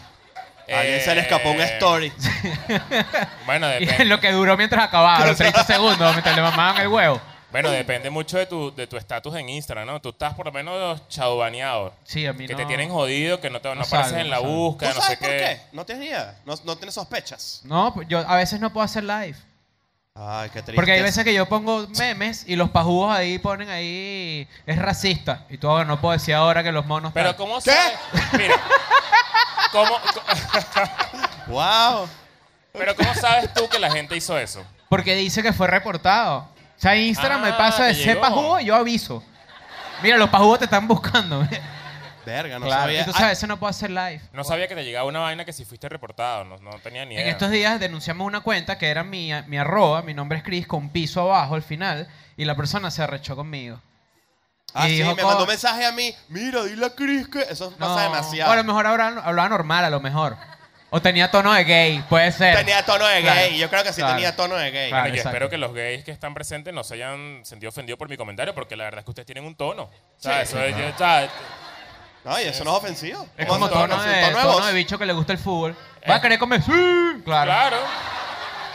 [SPEAKER 1] Eh,
[SPEAKER 2] A alguien se le escapó un story.
[SPEAKER 1] Bueno,
[SPEAKER 4] Y es
[SPEAKER 1] depende,
[SPEAKER 4] lo que duró mientras acababa, los 30 segundos, mientras le mamaban el huevo.
[SPEAKER 1] bueno, depende mucho de tu de tu estatus en Instagram, ¿no? Tú estás por lo menos chaubaneado.
[SPEAKER 4] Sí, a mí
[SPEAKER 1] Que
[SPEAKER 4] no.
[SPEAKER 1] te tienen jodido, que no, te, no,
[SPEAKER 4] No
[SPEAKER 1] apareces
[SPEAKER 4] salgo,
[SPEAKER 1] en
[SPEAKER 4] no
[SPEAKER 1] la
[SPEAKER 4] salgo.
[SPEAKER 2] ¿Tú
[SPEAKER 1] búsqueda, no
[SPEAKER 2] sabes
[SPEAKER 1] sé
[SPEAKER 2] por
[SPEAKER 1] qué.
[SPEAKER 2] qué? No tienes idea. No, no tienes sospechas.
[SPEAKER 4] No, pues yo a veces no puedo hacer live.
[SPEAKER 2] Ay, qué triste.
[SPEAKER 4] Porque hay veces que yo pongo memes y los pajugos ahí ponen ahí, es racista. Y tú, "Ah, no puedo decir ahora que los monos...
[SPEAKER 1] Pero
[SPEAKER 4] tal".
[SPEAKER 1] ¿cómo
[SPEAKER 2] ¿Qué?
[SPEAKER 1] sabes? Mira, ¿cómo-
[SPEAKER 2] ¡Wow!
[SPEAKER 1] pero ¿cómo sabes tú que la gente hizo eso?
[SPEAKER 4] Porque dice que fue reportado. O sea, Instagram me
[SPEAKER 1] Ah,
[SPEAKER 4] pasa de
[SPEAKER 1] te
[SPEAKER 4] ser
[SPEAKER 1] llegó.
[SPEAKER 4] pajugo y yo aviso. Mira, los pajugos te están buscando.
[SPEAKER 2] Verga, no
[SPEAKER 4] claro.
[SPEAKER 2] sabía.
[SPEAKER 4] Y tú sabes, eso no puedo hacer live.
[SPEAKER 1] No sabía que te llegaba una vaina que si fuiste reportado, no, no tenía ni idea.
[SPEAKER 4] En estos días denunciamos una cuenta que era mi, mi arroba, mi nombre es Chris, con piso abajo al final, y la persona se arrechó conmigo.
[SPEAKER 2] Ah, ah,
[SPEAKER 4] y
[SPEAKER 2] sí,
[SPEAKER 4] dijo,
[SPEAKER 2] me mandó
[SPEAKER 4] "Co-
[SPEAKER 2] un mensaje a mí. Mira, dile a Chris que. Eso pasa demasiado.
[SPEAKER 4] O a lo mejor habrá- hablaba normal, a lo mejor. O tenía tono de gay, puede ser.
[SPEAKER 2] tenía tono de gay.
[SPEAKER 4] Claro.
[SPEAKER 2] Yo creo que sí
[SPEAKER 4] Claro.
[SPEAKER 2] tenía tono de gay.
[SPEAKER 4] Claro.
[SPEAKER 1] Bueno, Ah, yo
[SPEAKER 4] exacto.
[SPEAKER 1] espero que los gays que están presentes no se hayan sentido ofendidos por mi comentario, porque la verdad es que ustedes tienen un tono. O sea, eso es- yo- o sea,
[SPEAKER 2] No, y eso no es ofensivo.
[SPEAKER 4] Es
[SPEAKER 2] ¿Cómo
[SPEAKER 4] como
[SPEAKER 2] se
[SPEAKER 4] tono
[SPEAKER 2] ofensivo?
[SPEAKER 4] de,
[SPEAKER 2] Tono de
[SPEAKER 4] tono
[SPEAKER 2] voz.
[SPEAKER 4] de bicho que le gusta el fútbol. Va a querer comer. Sí, claro.
[SPEAKER 1] claro.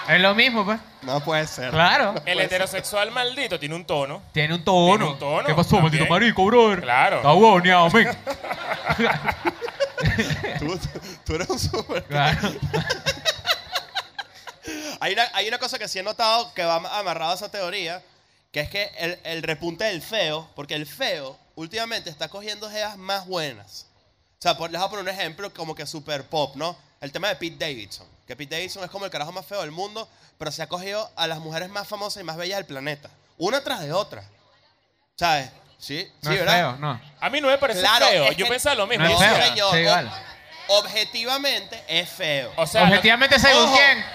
[SPEAKER 4] Es lo mismo, pues.
[SPEAKER 2] No puede ser.
[SPEAKER 4] Claro.
[SPEAKER 1] El heterosexual maldito tiene un tono.
[SPEAKER 4] Tiene un tono.
[SPEAKER 1] Tiene un tono,
[SPEAKER 4] ¿Qué pasó,
[SPEAKER 1] también.
[SPEAKER 4] maldito marico, brother?
[SPEAKER 1] Claro.
[SPEAKER 4] Está huevoneado, men.
[SPEAKER 2] Tú, tú eres un super.
[SPEAKER 4] Claro.
[SPEAKER 2] Hay una, hay una cosa que sí he notado que va amarrada a esa teoría, que es que el, el repunte del feo, porque el feo últimamente está cogiendo geas más buenas. O sea, por, les voy a poner un ejemplo como que super pop, ¿no? El tema de Pete Davidson. Que Pete Davidson es como el carajo más feo del mundo, pero se ha cogido a las mujeres más famosas y más bellas del planeta. Una tras de otra. ¿Sabes? Sí,
[SPEAKER 4] No
[SPEAKER 2] sí,
[SPEAKER 4] es
[SPEAKER 2] ¿verdad?
[SPEAKER 4] feo, no.
[SPEAKER 1] A mí no me parece
[SPEAKER 2] Claro,
[SPEAKER 1] feo.
[SPEAKER 2] es
[SPEAKER 1] Yo
[SPEAKER 2] que-
[SPEAKER 1] pensaba lo mismo.
[SPEAKER 4] No es
[SPEAKER 1] O
[SPEAKER 4] feo.
[SPEAKER 1] sea,
[SPEAKER 2] señor.
[SPEAKER 4] Sí,
[SPEAKER 2] Ob-
[SPEAKER 4] vale.
[SPEAKER 2] Objetivamente es feo.
[SPEAKER 1] O sea,
[SPEAKER 4] Objetivamente, según
[SPEAKER 2] ojo.
[SPEAKER 4] quién.
[SPEAKER 1] lo-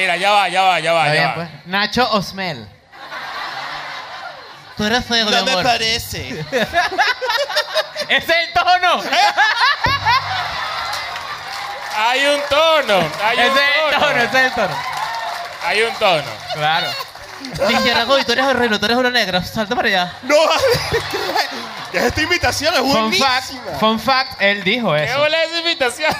[SPEAKER 1] mira, ya va, ya va, ya va,
[SPEAKER 4] Está
[SPEAKER 1] ya
[SPEAKER 4] bien,
[SPEAKER 1] va.
[SPEAKER 4] pues. Nacho Osmel. Tú eres feo, mi
[SPEAKER 2] No me
[SPEAKER 4] amor.
[SPEAKER 2] parece.
[SPEAKER 4] ¡Ese es el tono!
[SPEAKER 1] Hay un tono. Hay
[SPEAKER 4] ¡Ese
[SPEAKER 1] un
[SPEAKER 4] es el
[SPEAKER 1] tono.
[SPEAKER 4] tono! ¡Ese es el tono!
[SPEAKER 1] Hay un tono.
[SPEAKER 4] Claro. Dice Ragoy, tú eres horrible, tú eres una negra, salta para allá.
[SPEAKER 2] No, ¿qué es esta invitación? Es
[SPEAKER 4] Fun
[SPEAKER 2] buenísima.
[SPEAKER 4] fact, fun fact, él dijo
[SPEAKER 1] ¿Qué
[SPEAKER 4] eso.
[SPEAKER 1] bola esa invitación?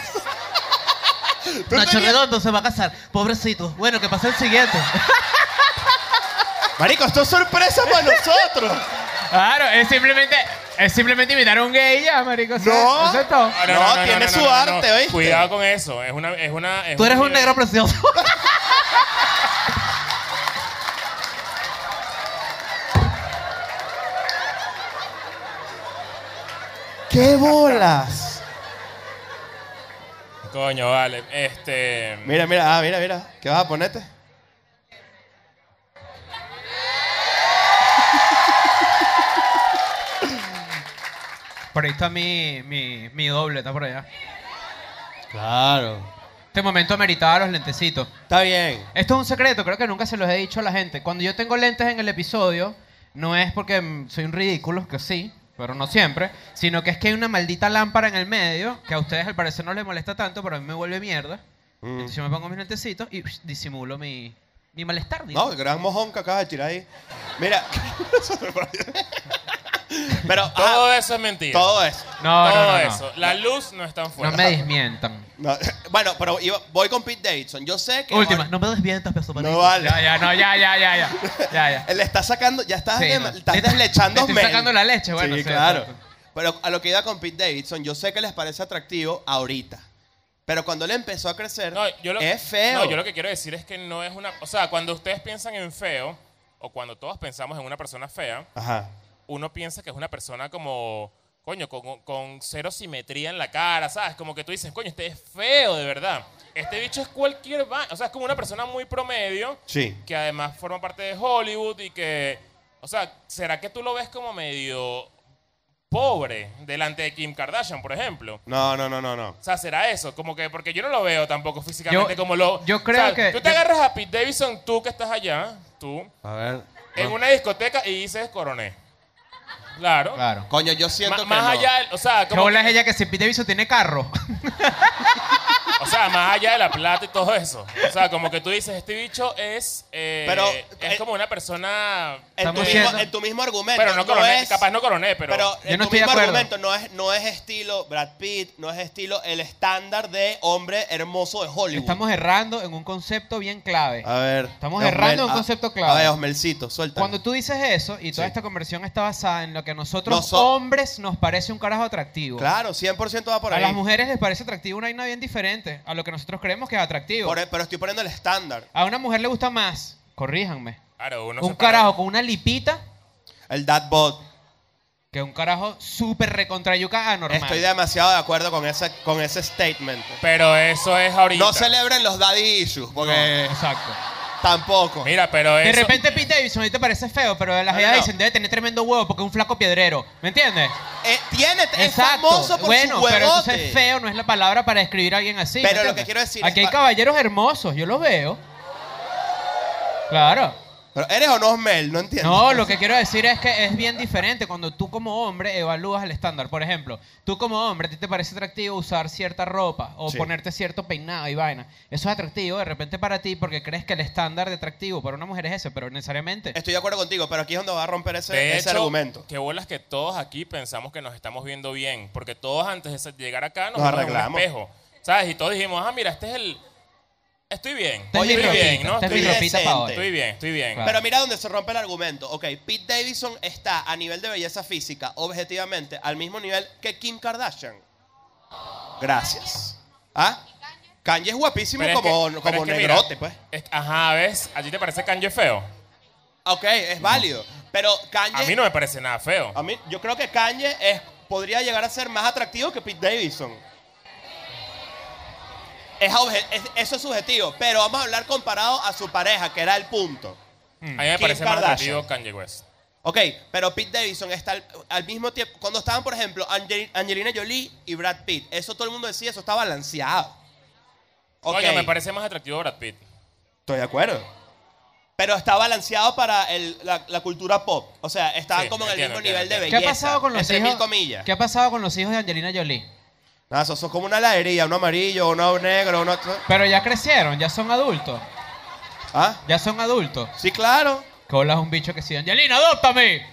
[SPEAKER 2] Tú tenías-
[SPEAKER 4] Redondo se va a casar, pobrecito. Bueno, que pase el siguiente.
[SPEAKER 2] Marico, esto es sorpresa para nosotros.
[SPEAKER 4] Claro, es simplemente, es simplemente imitar a un gay ya, marico. ¿sabes?
[SPEAKER 2] No.
[SPEAKER 4] Eso es todo.
[SPEAKER 2] No, tiene su arte, ¿oíste?
[SPEAKER 1] Cuidado con eso. Es una, es una, es
[SPEAKER 4] Tú eres un
[SPEAKER 1] nivel.
[SPEAKER 4] negro precioso.
[SPEAKER 2] ¡Qué bolas!
[SPEAKER 1] Coño, vale. Este.
[SPEAKER 2] Mira, mira, ah, mira, mira. ¿Qué vas a ponerte?
[SPEAKER 4] Por ahí está mi, mi, mi doble, está por allá.
[SPEAKER 2] Claro.
[SPEAKER 4] Este momento meritaba los lentecitos.
[SPEAKER 2] Está bien.
[SPEAKER 4] Esto es un secreto, creo que nunca se los he dicho a la gente. Cuando yo tengo lentes en el episodio, no es porque mm, soy un ridículo, que sí, pero no siempre, sino que es que hay una maldita lámpara en el medio que a ustedes al
[SPEAKER 1] Mm.
[SPEAKER 4] parecer no les molesta tanto, pero a mí me vuelve mierda. Entonces yo me pongo mis lentecitos y ush, disimulo mi, mi malestar, digo.
[SPEAKER 2] No, el gran mojón que acabas de tirar ahí. Mira. Pero, ajá,
[SPEAKER 1] Todo eso es mentira.
[SPEAKER 2] Ah. todo eso.
[SPEAKER 4] No, no,
[SPEAKER 1] Todo
[SPEAKER 4] no, no.
[SPEAKER 1] eso. La luz no es tan
[SPEAKER 4] No
[SPEAKER 1] fuerte.
[SPEAKER 4] me desmientan.
[SPEAKER 2] No, bueno, pero iba- voy con Pete Davidson. Yo sé que.
[SPEAKER 4] Última, no me desmientas, peso
[SPEAKER 2] No vale.
[SPEAKER 4] Ya, ya, no, ya, ya, ya, ya. Ya, ya.
[SPEAKER 2] Él Le está sacando, ya estás,
[SPEAKER 4] Sí,
[SPEAKER 2] de-
[SPEAKER 4] no.
[SPEAKER 2] estás
[SPEAKER 4] Le está-
[SPEAKER 2] deslechando
[SPEAKER 4] le estoy
[SPEAKER 2] men.
[SPEAKER 4] sacando la leche, bueno,
[SPEAKER 2] Sí,
[SPEAKER 4] sí,
[SPEAKER 2] claro.
[SPEAKER 4] exacto.
[SPEAKER 2] Pero a lo que iba con Pete Davidson, yo sé que les parece atractivo ahorita. Pero cuando él empezó a crecer,
[SPEAKER 1] No, yo lo-
[SPEAKER 2] es feo.
[SPEAKER 1] No, yo lo que quiero decir es que no es una. O sea, cuando ustedes piensan en feo, o cuando todos pensamos en una persona fea,
[SPEAKER 2] Ajá.
[SPEAKER 1] uno piensa que es una persona como. Coño, con, con cero simetría en la cara, ¿sabes? Como que tú dices, coño, este es feo, de verdad. Este bicho es cualquier. va- O sea, es como una persona muy promedio.
[SPEAKER 2] Sí.
[SPEAKER 1] que además forma parte de Hollywood y que, o sea, ¿será que tú lo ves como medio pobre delante de Kim Kardashian, por ejemplo?
[SPEAKER 2] No, no, no, no, no.
[SPEAKER 1] O sea, será eso, como que porque yo no lo veo tampoco físicamente
[SPEAKER 4] Yo-
[SPEAKER 1] como lo
[SPEAKER 4] yo
[SPEAKER 1] o sea,
[SPEAKER 4] creo que-
[SPEAKER 1] tú te
[SPEAKER 4] yo-
[SPEAKER 1] agarras a Pete Davidson tú que estás allá, tú
[SPEAKER 2] A ver.
[SPEAKER 4] Ah.
[SPEAKER 1] en una discoteca y dices coroné. Claro.
[SPEAKER 4] Claro.
[SPEAKER 2] Coño, yo
[SPEAKER 1] Ma-
[SPEAKER 2] siento que
[SPEAKER 1] más
[SPEAKER 2] no.
[SPEAKER 1] allá, o sea,
[SPEAKER 4] ¿Qué
[SPEAKER 1] como
[SPEAKER 4] bola es
[SPEAKER 1] que-
[SPEAKER 4] ella que si Pete Davidson tiene carro?
[SPEAKER 1] o sea, más allá de la plata y todo eso. O sea, como que tú dices, este bicho es eh,
[SPEAKER 2] Pero,
[SPEAKER 1] es
[SPEAKER 2] eh,
[SPEAKER 1] como una persona
[SPEAKER 2] En tu,
[SPEAKER 4] Estamos
[SPEAKER 2] mismo,
[SPEAKER 4] siendo-
[SPEAKER 2] en tu mismo argumento.
[SPEAKER 1] pero no coroné,
[SPEAKER 2] es-
[SPEAKER 1] capaz no coroné,
[SPEAKER 2] Pero
[SPEAKER 4] Yo
[SPEAKER 2] en
[SPEAKER 4] no
[SPEAKER 2] tu
[SPEAKER 4] estoy de
[SPEAKER 2] mismo
[SPEAKER 4] acuerdo.
[SPEAKER 2] argumento no es, no es estilo Brad Pitt, no es estilo el estándar de hombre hermoso de Hollywood. Ah,
[SPEAKER 4] Estamos errando en un concepto bien clave.
[SPEAKER 2] a ver.
[SPEAKER 4] estamos errando un
[SPEAKER 2] a-
[SPEAKER 4] concepto clave.
[SPEAKER 2] A ver, Osmelcito, suelta.
[SPEAKER 4] Cuando tú dices eso, y toda
[SPEAKER 2] Sí.
[SPEAKER 4] esta conversión está basada en lo que a nosotros
[SPEAKER 2] Noso-
[SPEAKER 4] hombres nos parece un carajo atractivo.
[SPEAKER 2] Claro, 100% va por
[SPEAKER 4] a
[SPEAKER 2] ahí.
[SPEAKER 4] las mujeres les parece atractivo una vaina bien diferente a lo que nosotros creemos que es atractivo.
[SPEAKER 2] Por- e- pero estoy poniendo el estándar.
[SPEAKER 4] A una mujer le gusta más, corríjanme,
[SPEAKER 1] Claro, uno
[SPEAKER 4] un
[SPEAKER 1] se para-
[SPEAKER 4] carajo con una lipita
[SPEAKER 2] El dadbot.
[SPEAKER 4] que un carajo súper recontrayuca anormal.
[SPEAKER 2] Estoy demasiado de acuerdo con ese, con ese statement.
[SPEAKER 1] Pero eso es ahorita.
[SPEAKER 2] No celebren los daddy issues,
[SPEAKER 4] No,
[SPEAKER 2] porque
[SPEAKER 4] exacto.
[SPEAKER 2] tampoco.
[SPEAKER 1] Mira, pero
[SPEAKER 4] De
[SPEAKER 1] eso.
[SPEAKER 4] repente Pete Davidson a ti te parece feo, pero las
[SPEAKER 2] No,
[SPEAKER 4] ideas
[SPEAKER 2] no, no.
[SPEAKER 4] dicen debe tener tremendo huevo porque es un flaco piedrero. ¿Me entiendes?
[SPEAKER 2] Eh, tiene, es famoso por
[SPEAKER 4] bueno,
[SPEAKER 2] su
[SPEAKER 4] pero
[SPEAKER 2] huevote.
[SPEAKER 4] entonces feo no es la palabra para describir a alguien así. ¿me
[SPEAKER 2] Pero lo
[SPEAKER 4] entiendes?
[SPEAKER 2] que quiero decir
[SPEAKER 4] Aquí
[SPEAKER 2] es
[SPEAKER 4] hay
[SPEAKER 2] pa-
[SPEAKER 4] caballeros hermosos, yo los veo. Claro.
[SPEAKER 2] Pero ¿Eres o no Osmel? No entiendo.
[SPEAKER 4] No, lo que quiero decir es que es bien diferente cuando tú como hombre evalúas el estándar. Por ejemplo, tú como hombre, ¿a ti te parece atractivo usar cierta ropa o
[SPEAKER 2] Sí.
[SPEAKER 4] ponerte cierto peinado y vaina? Eso es atractivo de repente para ti porque crees que el estándar de atractivo para una mujer es ese, pero necesariamente...
[SPEAKER 2] Estoy de acuerdo contigo, pero aquí es donde va a romper ese,
[SPEAKER 1] de
[SPEAKER 2] ese
[SPEAKER 1] hecho,
[SPEAKER 2] argumento.
[SPEAKER 1] Qué bolas que todos aquí pensamos que nos estamos viendo bien. Porque todos antes de llegar acá
[SPEAKER 2] Nos
[SPEAKER 1] nos, vimos en un
[SPEAKER 2] arreglamos.
[SPEAKER 1] espejo. ¿Sabes? Y todos dijimos, ah, mira, este es el. Estoy bien.
[SPEAKER 4] Esta es
[SPEAKER 2] Oye,
[SPEAKER 1] estoy
[SPEAKER 4] mi
[SPEAKER 2] pero-
[SPEAKER 1] bien,
[SPEAKER 4] ropita,
[SPEAKER 1] ¿no?
[SPEAKER 4] esta es mi
[SPEAKER 1] Estoy,
[SPEAKER 2] Estoy
[SPEAKER 4] ropita para hoy.
[SPEAKER 2] decente.
[SPEAKER 1] estoy bien, estoy bien.
[SPEAKER 4] Claro.
[SPEAKER 2] Pero mira donde se rompe el argumento. Ok, Pete Davidson está a nivel de belleza física, objetivamente, al mismo nivel que Kim Kardashian. Gracias. ¿Ah? Kanye es guapísimo
[SPEAKER 1] Pero es
[SPEAKER 2] como,
[SPEAKER 1] que- pero
[SPEAKER 2] como
[SPEAKER 1] es que mira,
[SPEAKER 2] negrote, pues.
[SPEAKER 1] es- ajá, ¿ves? ¿A ti te parece Kanye feo?
[SPEAKER 2] Ok, es válido. Pero Kanye.
[SPEAKER 1] A mí no me parece nada feo.
[SPEAKER 2] a mí- yo creo que Kanye es, podría llegar a ser más atractivo que Pete Davidson. Es obje- es- eso es subjetivo, pero vamos a hablar comparado a su pareja, que era el punto.
[SPEAKER 1] A mí me
[SPEAKER 2] Kim
[SPEAKER 1] parece más
[SPEAKER 2] Kardashian.
[SPEAKER 1] atractivo Kanye West.
[SPEAKER 2] Ok, pero Pete Davidson está al, al mismo tiempo. Cuando estaban, por ejemplo, Angel- Angelina Jolie y Brad Pitt, eso todo el mundo decía, eso está balanceado. Ok,
[SPEAKER 1] Coño, me parece más atractivo Brad Pitt.
[SPEAKER 2] estoy de acuerdo. Pero está balanceado para el- la, la cultura pop. O sea, estaban
[SPEAKER 1] Sí,
[SPEAKER 2] como en el
[SPEAKER 1] entiendo,
[SPEAKER 2] mismo
[SPEAKER 1] entiendo,
[SPEAKER 2] nivel de
[SPEAKER 4] ¿Qué
[SPEAKER 2] belleza.
[SPEAKER 4] ha pasado con los
[SPEAKER 2] entre
[SPEAKER 4] hijos?
[SPEAKER 2] mil comillas.
[SPEAKER 4] ¿Qué ha pasado con los hijos de Angelina Jolie?
[SPEAKER 2] Nada, eso es Ah, como una heladería, uno amarillo, uno negro, uno...
[SPEAKER 4] Pero ya crecieron, ya son adultos.
[SPEAKER 2] ¿Ah?
[SPEAKER 4] Ya son adultos.
[SPEAKER 2] Sí, claro.
[SPEAKER 4] Que hola es un bicho que si Angelina, adóptame.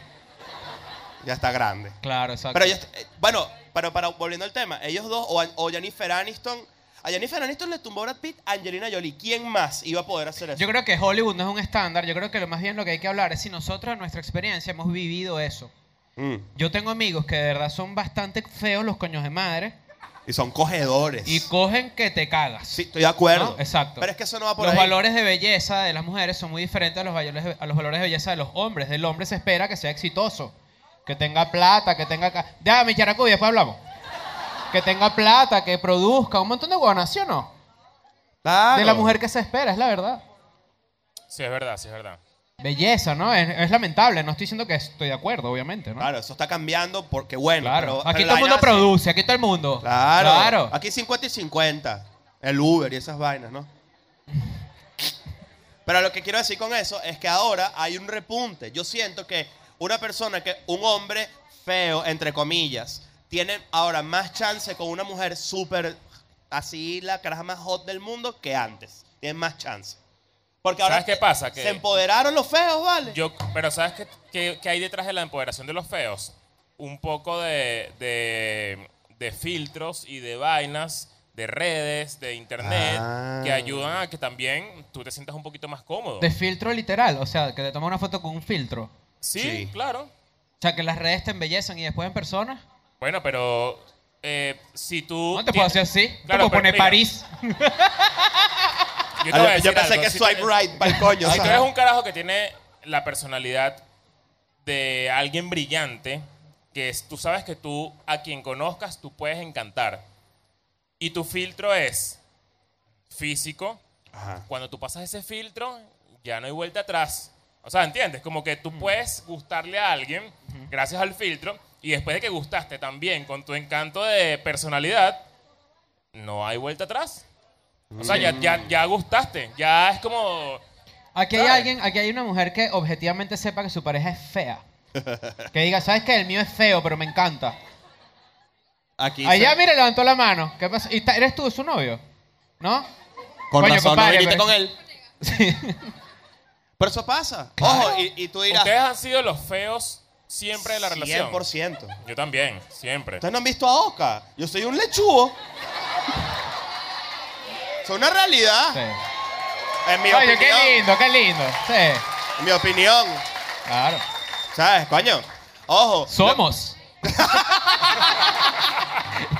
[SPEAKER 2] Ya está grande.
[SPEAKER 4] Claro, exacto.
[SPEAKER 2] Pero ellos, eh, bueno, pero para, volviendo al tema, ellos dos, o, o Jennifer Aniston, a Jennifer Aniston le tumbó Brad Pitt, Angelina Jolie, ¿quién más iba a poder hacer eso?
[SPEAKER 4] Yo creo que Hollywood no es un estándar. Yo creo que lo más bien lo que hay que hablar es si nosotros en nuestra experiencia hemos vivido eso.
[SPEAKER 2] Mm.
[SPEAKER 4] Yo tengo amigos que de verdad son bastante feos los coños de madre
[SPEAKER 2] Y son cogedores.
[SPEAKER 4] y cogen que te cagas.
[SPEAKER 2] sí, estoy de acuerdo.
[SPEAKER 4] ¿no? Exacto.
[SPEAKER 2] Pero es que eso no va por
[SPEAKER 4] los
[SPEAKER 2] ahí.
[SPEAKER 4] valores de belleza de las mujeres son muy diferentes a los, valores de, a los valores de belleza de los hombres. Del hombre se espera que sea exitoso, que tenga plata, que tenga... ca- Déjame, Characu, y después hablamos. Que tenga plata, que produzca, un montón de guanas, ¿sí o no?
[SPEAKER 2] Claro.
[SPEAKER 4] De la mujer que se espera, es la verdad.
[SPEAKER 1] Sí, es verdad, sí, es verdad.
[SPEAKER 4] Belleza, ¿no? Es, es lamentable. No estoy diciendo que estoy de acuerdo, obviamente, ¿no?
[SPEAKER 2] Claro, eso está cambiando porque bueno.
[SPEAKER 4] Claro.
[SPEAKER 2] pero- pero
[SPEAKER 4] aquí todo el
[SPEAKER 2] la vaina
[SPEAKER 4] mundo
[SPEAKER 2] es
[SPEAKER 4] produce, aquí todo el mundo.
[SPEAKER 2] así. Claro.
[SPEAKER 4] Claro.
[SPEAKER 2] Aquí 50 y 50. El Uber y esas vainas, ¿no? Pero lo que quiero decir con eso es que ahora hay un repunte. Yo siento que una persona que, un hombre feo, entre comillas, tiene ahora más chance con una mujer súper así, la caraja más hot del mundo que antes. Tiene más chance. Porque ahora
[SPEAKER 1] ¿Sabes qué pasa?
[SPEAKER 2] se
[SPEAKER 1] Que
[SPEAKER 2] empoderaron los feos, ¿vale?
[SPEAKER 1] yo, pero ¿sabes qué, qué- qué hay detrás de la empoderación de los feos? Un poco de, de, de filtros y de vainas, de redes, de internet,
[SPEAKER 2] Ah.
[SPEAKER 1] que ayudan a que también tú te sientas un poquito más cómodo.
[SPEAKER 4] De filtro literal, o sea, que te tomas una foto con un filtro. O
[SPEAKER 1] Sí,
[SPEAKER 2] Sí.
[SPEAKER 1] claro.
[SPEAKER 4] sea, que las redes te embellecen y después en persona.
[SPEAKER 1] Bueno, pero eh, si tú...
[SPEAKER 4] No te puedo
[SPEAKER 1] tienes-
[SPEAKER 4] hacer así.
[SPEAKER 1] Claro, pero
[SPEAKER 4] te puedo poner
[SPEAKER 1] mira,
[SPEAKER 4] París.
[SPEAKER 1] Yo, te
[SPEAKER 2] Ah,
[SPEAKER 1] voy a
[SPEAKER 2] yo- yo
[SPEAKER 1] decir
[SPEAKER 2] pensé
[SPEAKER 1] algo,
[SPEAKER 2] que
[SPEAKER 1] si
[SPEAKER 2] swipe
[SPEAKER 1] tienes-
[SPEAKER 2] right, pa'l coño.
[SPEAKER 1] Si tú
[SPEAKER 2] ¿sabes?
[SPEAKER 1] eres un carajo que tiene la personalidad de alguien brillante, que es, tú sabes que tú, a quien conozcas, tú puedes encantar. Y tu filtro es físico. Cuando tú pasas ese filtro, ya no hay vuelta atrás. O sea, ¿entiendes? Como que tú puedes gustarle a alguien gracias al filtro. Y después de que gustaste también con tu encanto de personalidad, no hay vuelta atrás. O sea, ya, ya, ya gustaste. Ya es como...
[SPEAKER 4] Aquí hay
[SPEAKER 1] ¿Sabes?
[SPEAKER 4] alguien, aquí hay una mujer que objetivamente sepa que su pareja es fea. Que diga, ¿sabes qué? El mío es feo, pero me encanta.
[SPEAKER 5] Aquí
[SPEAKER 4] Allá,
[SPEAKER 5] se-
[SPEAKER 4] mire, levantó la mano. ¿Qué pasa? ¿Y ta- ¿Eres tú su novio? ¿No?
[SPEAKER 5] Con
[SPEAKER 4] Coño,
[SPEAKER 5] razón,
[SPEAKER 4] compadre,
[SPEAKER 5] no viniste
[SPEAKER 4] pero-
[SPEAKER 5] con él.
[SPEAKER 4] Sí.
[SPEAKER 5] Pero eso pasa. Ojo, y, y tú dirás.
[SPEAKER 1] Ustedes han sido los feos siempre de la relación.
[SPEAKER 2] 100%.
[SPEAKER 1] Yo también, siempre.
[SPEAKER 2] Ustedes no han visto a Oca. Yo soy un lechugo. Es una realidad.
[SPEAKER 4] Sí.
[SPEAKER 2] En mi
[SPEAKER 4] Oye,
[SPEAKER 2] opinión.
[SPEAKER 4] qué lindo, qué lindo. Sí,
[SPEAKER 2] En mi opinión.
[SPEAKER 4] claro.
[SPEAKER 2] ¿Sabes, coño? Ojo.
[SPEAKER 4] Somos.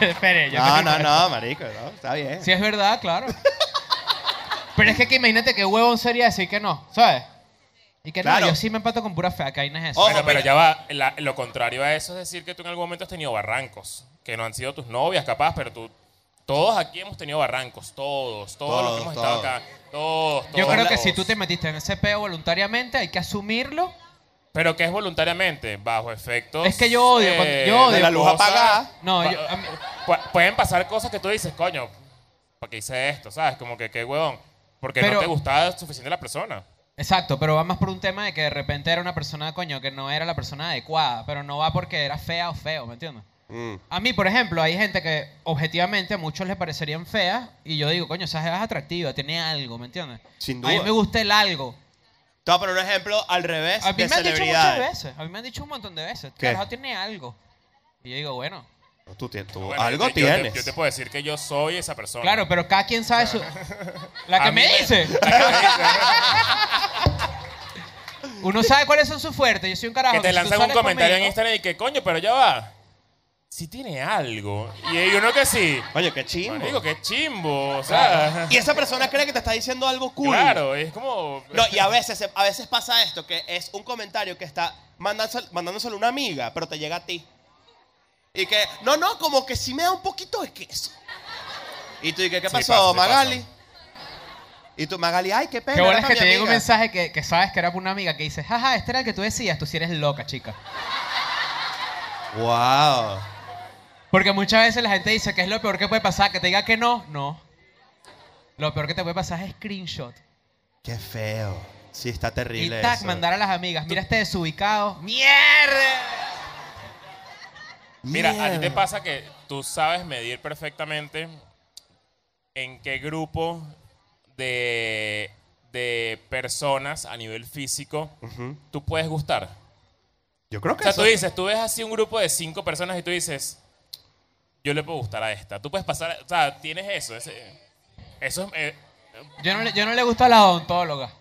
[SPEAKER 4] Espere, yo
[SPEAKER 2] No,
[SPEAKER 4] tengo-
[SPEAKER 2] no, no, marico. no, está bien.
[SPEAKER 4] Sí, es verdad, claro. Pero es que, aquí imagínate que huevón sería decir que no, ¿sabes? Y que
[SPEAKER 2] Claro.
[SPEAKER 4] no, yo sí me empato con pura fea, que ahí no es eso.
[SPEAKER 2] Ojo,
[SPEAKER 1] Bueno, pero
[SPEAKER 2] mira.
[SPEAKER 1] ya va. la- lo contrario a eso es decir que tú en algún momento has tenido barrancos. Que no han sido tus novias, capaz, pero tú. Todos aquí hemos tenido barrancos. Todos, todos, los que
[SPEAKER 2] Todos,
[SPEAKER 1] hemos
[SPEAKER 2] todos.
[SPEAKER 1] estado acá. Todos, todos.
[SPEAKER 4] yo creo que
[SPEAKER 1] todos.
[SPEAKER 4] si tú te metiste en ese peo voluntariamente, hay que asumirlo.
[SPEAKER 1] Pero que es voluntariamente, bajo efectos.
[SPEAKER 4] Es que yo odio cuando- yo odio.
[SPEAKER 2] De la luz
[SPEAKER 1] cosas-
[SPEAKER 2] apagada.
[SPEAKER 4] No,
[SPEAKER 1] pa-
[SPEAKER 4] yo- a mí-
[SPEAKER 1] pu- Pueden pasar cosas que tú dices, coño, ¿para qué hice esto? ¿Sabes? Como que qué huevón. Porque no
[SPEAKER 4] Pero-
[SPEAKER 1] te gustaba suficiente la persona.
[SPEAKER 4] Exacto, pero va más por un tema de que de repente era una persona, coño, que no era la persona adecuada, pero no va porque era fea o feo, ¿me entiendes?
[SPEAKER 2] Mm.
[SPEAKER 4] A mí, por ejemplo, hay gente que objetivamente a muchos les parecerían feas y yo digo, coño, esa jeva es atractiva, tiene algo, ¿me entiendes?
[SPEAKER 2] Sin
[SPEAKER 4] A mí
[SPEAKER 2] duda.
[SPEAKER 4] me gusta el algo.
[SPEAKER 2] Te voy a poner un ejemplo al revés
[SPEAKER 4] A mí
[SPEAKER 2] de
[SPEAKER 4] me han dicho muchas
[SPEAKER 2] celebridades.
[SPEAKER 4] veces, a mí me han dicho un montón de veces,
[SPEAKER 2] ¿Qué?
[SPEAKER 4] carajo, tiene algo. Y yo digo, bueno,
[SPEAKER 2] Tú, tienes- tú
[SPEAKER 1] Bueno,
[SPEAKER 2] algo
[SPEAKER 1] yo te- yo te-
[SPEAKER 2] tienes.
[SPEAKER 1] Yo te, puedo decir que yo soy esa persona.
[SPEAKER 4] claro, pero cada quien sabe su... La que
[SPEAKER 1] A mí
[SPEAKER 4] me dice.
[SPEAKER 1] la que me dice.
[SPEAKER 4] Uno sabe cuáles son sus fuertes, yo soy un carajo.
[SPEAKER 1] que te
[SPEAKER 4] si tú
[SPEAKER 1] lanzan un
[SPEAKER 4] sales
[SPEAKER 1] comentario en
[SPEAKER 4] conmigo-
[SPEAKER 1] Instagram y que, coño, pero ya va. Si tiene algo. Y hay uno que sí.
[SPEAKER 2] Oye, qué chimbo.
[SPEAKER 1] Marico, qué chimbo. O sea,
[SPEAKER 2] Y esa persona cree que te está diciendo algo cool.
[SPEAKER 1] claro, es como.
[SPEAKER 2] No, y a veces, a veces pasa esto, que es un comentario que está mandándoselo, mandándoselo a una amiga, pero te llega a ti. Y que, no, no, como que sí me da un poquito de queso. Y tú dices, ¿qué
[SPEAKER 1] Sí,
[SPEAKER 2] pasó,
[SPEAKER 1] pasa, sí
[SPEAKER 2] Magali? Y tú, Magali, ay, qué pena.
[SPEAKER 4] Qué bueno
[SPEAKER 2] era
[SPEAKER 4] es
[SPEAKER 2] para
[SPEAKER 4] que
[SPEAKER 2] mi
[SPEAKER 4] te llega un
[SPEAKER 2] amiga".
[SPEAKER 4] mensaje que, que sabes que era por una amiga que dice, jaja, este era el que tú decías, tú sí eres loca, chica.
[SPEAKER 2] Wow.
[SPEAKER 4] Porque muchas veces la gente dice que es lo peor que puede pasar, que te diga que no, no. Lo peor que te puede pasar es screenshot.
[SPEAKER 2] Qué feo. Sí, está
[SPEAKER 4] Y
[SPEAKER 2] terrible.
[SPEAKER 4] tac,
[SPEAKER 2] eso.
[SPEAKER 4] mandar a las amigas, mira este desubicado. ¡Mierda!
[SPEAKER 1] Mira, a ti te
[SPEAKER 2] Mierda.
[SPEAKER 1] pasa que tú sabes medir perfectamente en qué grupo de, de personas a nivel físico
[SPEAKER 2] Ujú.
[SPEAKER 1] tú puedes gustar.
[SPEAKER 2] Yo creo
[SPEAKER 1] O
[SPEAKER 2] que
[SPEAKER 1] sea,
[SPEAKER 2] eso-
[SPEAKER 1] tú dices, tú ves así un grupo de cinco personas y tú dices, yo le puedo gustar a esta. Tú puedes pasar, o sea, tienes eso. ese- eso es... eh,
[SPEAKER 4] Yo no, le, yo no le gusto a las odontólogas.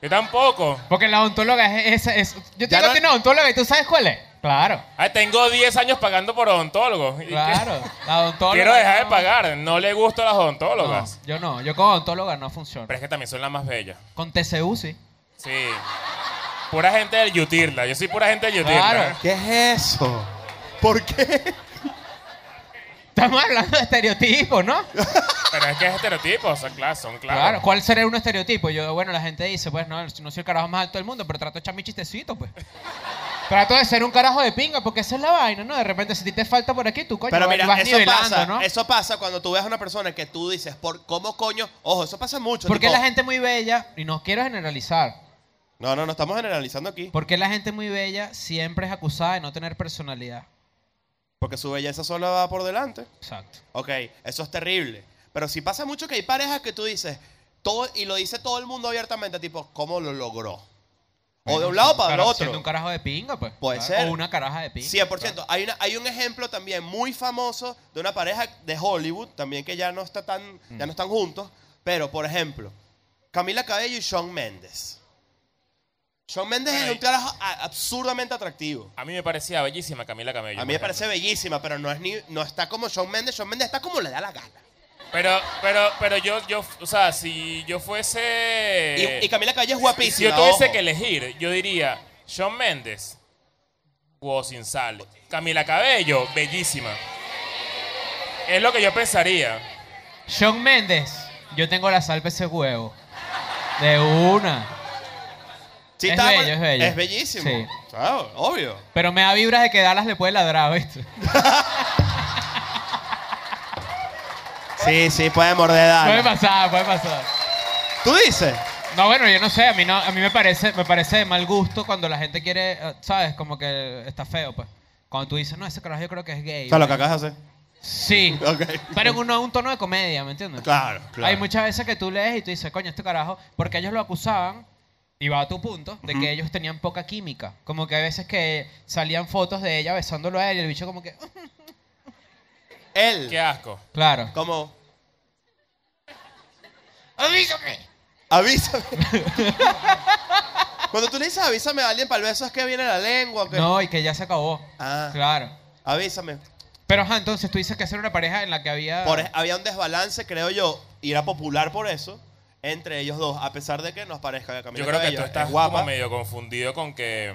[SPEAKER 1] yo tampoco.
[SPEAKER 4] Porque la odontóloga es... es, es- yo
[SPEAKER 2] Ya
[SPEAKER 4] tengo
[SPEAKER 2] no-
[SPEAKER 4] una odontóloga y tú sabes cuál es. Claro,
[SPEAKER 1] Ah, tengo 10 años pagando por odontólogos. Y que-
[SPEAKER 4] claro. La odontóloga...
[SPEAKER 1] Quiero dejar de
[SPEAKER 4] no.
[SPEAKER 1] pagar. No le gusto a las
[SPEAKER 4] No,
[SPEAKER 1] odontólogas.
[SPEAKER 4] yo no, yo con odontóloga no funciona.
[SPEAKER 1] Pero es que también son las más bellas.
[SPEAKER 4] Con TCU sí.
[SPEAKER 1] Sí. Pura gente del Yutirla. Yo soy pura gente del Yutirla.
[SPEAKER 4] Claro.
[SPEAKER 2] ¿Qué es eso? ¿Por qué?
[SPEAKER 4] Estamos hablando de estereotipos, ¿no?
[SPEAKER 1] Pero es que es estereotipo. O sea, claro, son claros.
[SPEAKER 4] Claro, ¿cuál sería un estereotipo? Yo, bueno, la gente dice, pues no, no soy el carajo más alto del mundo, pero trato de echar mi chistecito, pues. Trato de ser un carajo de pinga, porque esa es la vaina, ¿no? De repente, si a ti te falta por aquí, tú, coño,
[SPEAKER 2] Pero
[SPEAKER 4] vas-
[SPEAKER 2] mira,
[SPEAKER 4] vas
[SPEAKER 2] eso
[SPEAKER 4] nivelando,
[SPEAKER 2] pasa,
[SPEAKER 4] ¿no?
[SPEAKER 2] eso pasa cuando tú ves a una persona que tú dices, por ¿cómo coño? Ojo, eso pasa mucho.
[SPEAKER 4] ¿Por qué
[SPEAKER 2] tipo,
[SPEAKER 4] la gente muy bella, y no quiero generalizar,
[SPEAKER 2] No, no, no estamos generalizando aquí.
[SPEAKER 4] ¿por qué la gente muy bella siempre es acusada de no tener personalidad?
[SPEAKER 2] Porque su belleza solo va por delante.
[SPEAKER 4] Exacto.
[SPEAKER 2] Ok, eso es terrible. Pero sí pasa mucho que hay parejas que tú dices, Todo, y lo dice todo el mundo abiertamente, tipo, ¿cómo lo logró? O de un lado para el
[SPEAKER 4] Cara-
[SPEAKER 2] otro.
[SPEAKER 4] siendo un carajo de pinga, pues.
[SPEAKER 2] Puede
[SPEAKER 4] claro,
[SPEAKER 2] ser.
[SPEAKER 4] O una caraja de pinga.
[SPEAKER 2] 100%. Hay, una- hay un ejemplo también muy famoso de una pareja de Hollywood, también que ya no, está tan, ya no están juntos, pero por ejemplo, Camila Cabello y Shawn Mendes. Shawn Mendes es
[SPEAKER 1] Bueno,
[SPEAKER 2] un
[SPEAKER 1] y-
[SPEAKER 2] carajo a- absurdamente atractivo.
[SPEAKER 1] A mí me parecía bellísima Camila Camello.
[SPEAKER 2] A mí me
[SPEAKER 1] por
[SPEAKER 2] parece
[SPEAKER 1] ejemplo.
[SPEAKER 2] bellísima, pero no, es ni, no está como Shawn Mendes. Shawn Mendes está como le da la gana.
[SPEAKER 1] Pero, pero, pero yo, yo, o sea, si yo fuese.
[SPEAKER 2] Y, y Camila Cabello es
[SPEAKER 1] si
[SPEAKER 2] guapísima.
[SPEAKER 1] yo tuviese
[SPEAKER 2] ojo.
[SPEAKER 1] que elegir, yo diría Sean Méndez o sin sal. Camila Cabello, bellísima. Es lo que yo pensaría.
[SPEAKER 4] Shawn Méndez, yo tengo la salva ese huevo. De una.
[SPEAKER 2] Sí,
[SPEAKER 4] es
[SPEAKER 2] está-
[SPEAKER 4] bello, es bello.
[SPEAKER 2] Es bellísimo.
[SPEAKER 4] Sí.
[SPEAKER 2] Claro, obvio.
[SPEAKER 4] Pero me da vibras de que Dallas le puede ladrar, ¿viste?
[SPEAKER 2] Sí, sí, puede morder
[SPEAKER 4] Puede
[SPEAKER 2] Dallas.
[SPEAKER 4] pasar, puede pasar.
[SPEAKER 2] ¿Tú dices?
[SPEAKER 4] No, bueno, yo no sé, a mí no, a mí me parece, me parece de mal gusto cuando la gente quiere, eh, sabes, como que está feo, pues. Cuando tú dices, no, ese carajo yo creo que es gay.
[SPEAKER 2] O sea, lo que acabas de hacer.
[SPEAKER 4] Sí.
[SPEAKER 2] Ok.
[SPEAKER 4] Pero en uno, un tono de comedia, ¿me entiendes?
[SPEAKER 2] Claro, claro.
[SPEAKER 4] Hay muchas veces que tú lees y tú dices, coño, este carajo, porque ellos lo acusaban, y va a tu punto, de que ellos tenían poca química. Como que hay veces que salían fotos de ella besándolo a él y el bicho como que...
[SPEAKER 2] Él.
[SPEAKER 1] Qué asco.
[SPEAKER 4] Claro.
[SPEAKER 2] Como,
[SPEAKER 4] ¡Avísame!
[SPEAKER 2] avísame. Cuando tú le dices avísame a alguien para el beso es que viene la lengua. o qué?
[SPEAKER 4] No, y que ya se acabó.
[SPEAKER 2] Ah.
[SPEAKER 4] Claro.
[SPEAKER 2] Avísame.
[SPEAKER 4] Pero, ajá, entonces tú dices que esa era una pareja en la que había...
[SPEAKER 2] Por- e, había un desbalance, creo yo, y era popular por eso, entre ellos dos, a pesar de que nos parezca que Camila
[SPEAKER 1] Yo creo que
[SPEAKER 2] Cabello
[SPEAKER 1] tú
[SPEAKER 2] es
[SPEAKER 1] estás
[SPEAKER 2] guapa.
[SPEAKER 1] como medio confundido con que.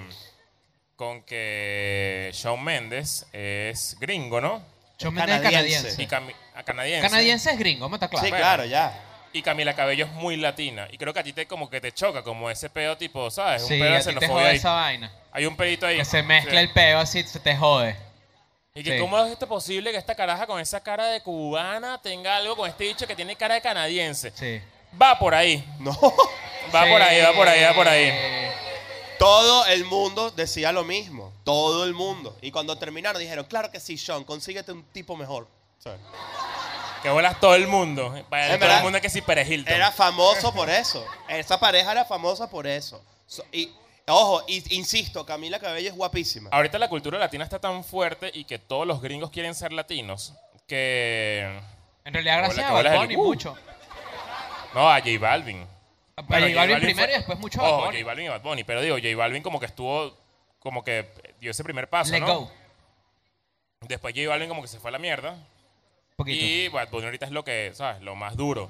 [SPEAKER 1] Con que Shawn Mendes es gringo, ¿no?
[SPEAKER 4] Yo me enteré de
[SPEAKER 2] canadiense.
[SPEAKER 1] Y
[SPEAKER 4] canadiense.
[SPEAKER 1] Cami- a canadiense.
[SPEAKER 4] Canadiense es gringo, me está claro.
[SPEAKER 2] Sí,
[SPEAKER 1] Bueno.
[SPEAKER 2] claro, ya.
[SPEAKER 1] Y Camila Cabello es muy latina. Y creo que a ti te como que te choca, como ese pedo tipo, ¿sabes? Un
[SPEAKER 4] Sí,
[SPEAKER 1] pedo de
[SPEAKER 4] a ti te
[SPEAKER 1] xenofobia
[SPEAKER 4] jode
[SPEAKER 1] ahí.
[SPEAKER 4] esa vaina.
[SPEAKER 1] Hay un pedito ahí.
[SPEAKER 4] Que se mezcla
[SPEAKER 1] Sí.
[SPEAKER 4] el peo así, se te jode.
[SPEAKER 1] Y que
[SPEAKER 4] Sí.
[SPEAKER 1] cómo es esto posible que esta caraja con esa cara de cubana tenga algo con este bicho que tiene cara de canadiense.
[SPEAKER 4] Sí.
[SPEAKER 1] Va por ahí.
[SPEAKER 2] No.
[SPEAKER 1] Va por ahí, va por ahí, va por ahí.
[SPEAKER 2] Todo el mundo decía lo mismo. Todo el mundo. Y cuando terminaron dijeron, claro que sí, Sean, consíguete un tipo mejor.
[SPEAKER 1] Que vuelas todo el mundo. Para
[SPEAKER 2] Es
[SPEAKER 1] todo
[SPEAKER 2] verdad.
[SPEAKER 1] el mundo que sí, Pérez Hilton.
[SPEAKER 2] Era famoso por eso. Esa pareja era famosa por eso. So- y, ojo, y- insisto, Camila Cabello es
[SPEAKER 4] Ah,
[SPEAKER 2] guapísima.
[SPEAKER 1] Ahorita la cultura latina está tan fuerte y que todos los gringos quieren ser latinos que...
[SPEAKER 4] En realidad,
[SPEAKER 1] Hola,
[SPEAKER 4] gracias
[SPEAKER 1] que
[SPEAKER 4] a
[SPEAKER 1] huelas
[SPEAKER 4] Bad
[SPEAKER 1] el Uh.
[SPEAKER 4] Bunny,
[SPEAKER 1] cu.
[SPEAKER 4] mucho.
[SPEAKER 1] No, a J Balvin.
[SPEAKER 4] A
[SPEAKER 1] Bueno,
[SPEAKER 4] J Balvin
[SPEAKER 1] fue- Oh,
[SPEAKER 4] primero y después mucho a Bad
[SPEAKER 1] Ojo,
[SPEAKER 4] Bunny.
[SPEAKER 1] J Balvin y Bad Bunny. Pero digo, J Balvin como que estuvo... Como que dio ese primer paso,
[SPEAKER 4] Let
[SPEAKER 1] ¿no?
[SPEAKER 4] go.
[SPEAKER 1] Después J Balvin como que se fue a la mierda.
[SPEAKER 4] Poquito.
[SPEAKER 1] Y Bad Bunny ahorita es lo que, ¿sabes? Lo más duro.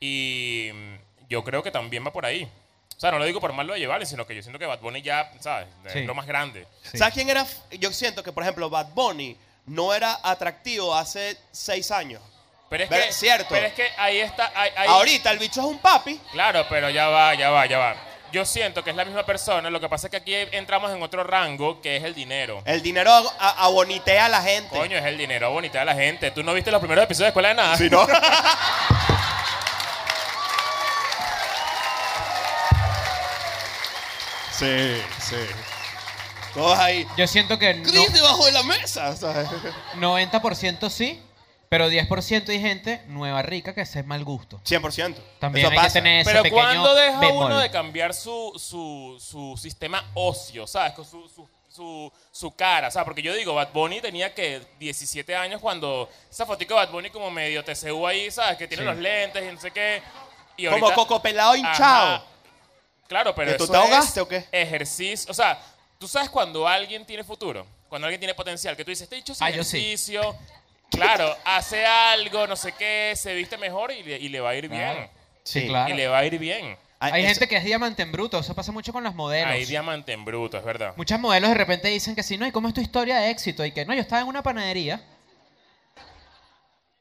[SPEAKER 1] Y mm, yo creo que también va por ahí. O sea, no lo digo por malo de llevarle, sino que yo siento que Bad Bunny ya, ¿sabes?
[SPEAKER 4] Sí.
[SPEAKER 1] Es lo más grande.
[SPEAKER 4] Sí.
[SPEAKER 2] ¿Sabes quién era? Yo siento que, por ejemplo, Bad Bunny no era atractivo hace seis años.
[SPEAKER 1] Pero es
[SPEAKER 2] Pero
[SPEAKER 1] que,
[SPEAKER 2] es cierto.
[SPEAKER 1] Pero es que ahí está. ahí- ahí-
[SPEAKER 2] Ahorita el bicho es un papi.
[SPEAKER 1] Claro, pero ya va, ya va, ya va. Yo siento que es la misma persona. Lo que pasa es que aquí entramos en otro rango que es el dinero.
[SPEAKER 2] El dinero a- a- abonitea a la gente.
[SPEAKER 1] Coño, es el dinero bonita de la gente. ¿Tú no viste los primeros episodios de Escuela de Nada?
[SPEAKER 2] Si no. sí, sí. Todos ahí.
[SPEAKER 4] Yo siento que no-
[SPEAKER 2] Cris debajo de la mesa. ¿sabes?
[SPEAKER 4] 90% sí, pero 10% hay gente nueva rica que ese es mal gusto.
[SPEAKER 2] 100%.
[SPEAKER 4] También
[SPEAKER 2] Eso
[SPEAKER 4] hay
[SPEAKER 2] pasa.
[SPEAKER 4] que tener ese
[SPEAKER 1] Pero
[SPEAKER 4] pequeño
[SPEAKER 1] cuando deja
[SPEAKER 4] bemol.
[SPEAKER 1] uno de cambiar su, su, su sistema óseo, ¿sabes? Con su, su, su, su cara, ¿sabes? Porque yo digo, Bad Bunny tenía que 17 años cuando esa fotico de Bad Bunny como medio TCU ahí, ¿sabes? Que tiene
[SPEAKER 4] Sí.
[SPEAKER 1] los lentes y no sé qué. Y
[SPEAKER 2] Como
[SPEAKER 1] ahorita-
[SPEAKER 2] coco pelado
[SPEAKER 1] Ajá.
[SPEAKER 2] hinchado.
[SPEAKER 1] Claro, pero
[SPEAKER 2] ¿Que tú
[SPEAKER 1] eso
[SPEAKER 2] te ahogaste
[SPEAKER 1] es
[SPEAKER 2] o qué?
[SPEAKER 1] Ejercicio. O sea, tú sabes cuando alguien tiene futuro, cuando alguien tiene potencial, que tú dices, este dicho hace
[SPEAKER 4] Ah, yo sí.
[SPEAKER 1] ejercicio. Claro, hace algo, no sé qué, se viste mejor y le, y le va a ir bien.
[SPEAKER 4] Claro. Sí,
[SPEAKER 2] Sí.
[SPEAKER 4] claro.
[SPEAKER 1] Y le va a ir bien.
[SPEAKER 2] Ah,
[SPEAKER 4] Hay
[SPEAKER 2] eso-
[SPEAKER 4] gente que es diamante en bruto, eso pasa mucho con las modelos.
[SPEAKER 1] Hay diamante en bruto, es verdad.
[SPEAKER 4] Muchas modelos de repente dicen que sí, no, ¿y cómo es tu historia de éxito? Y que no, yo estaba en una panadería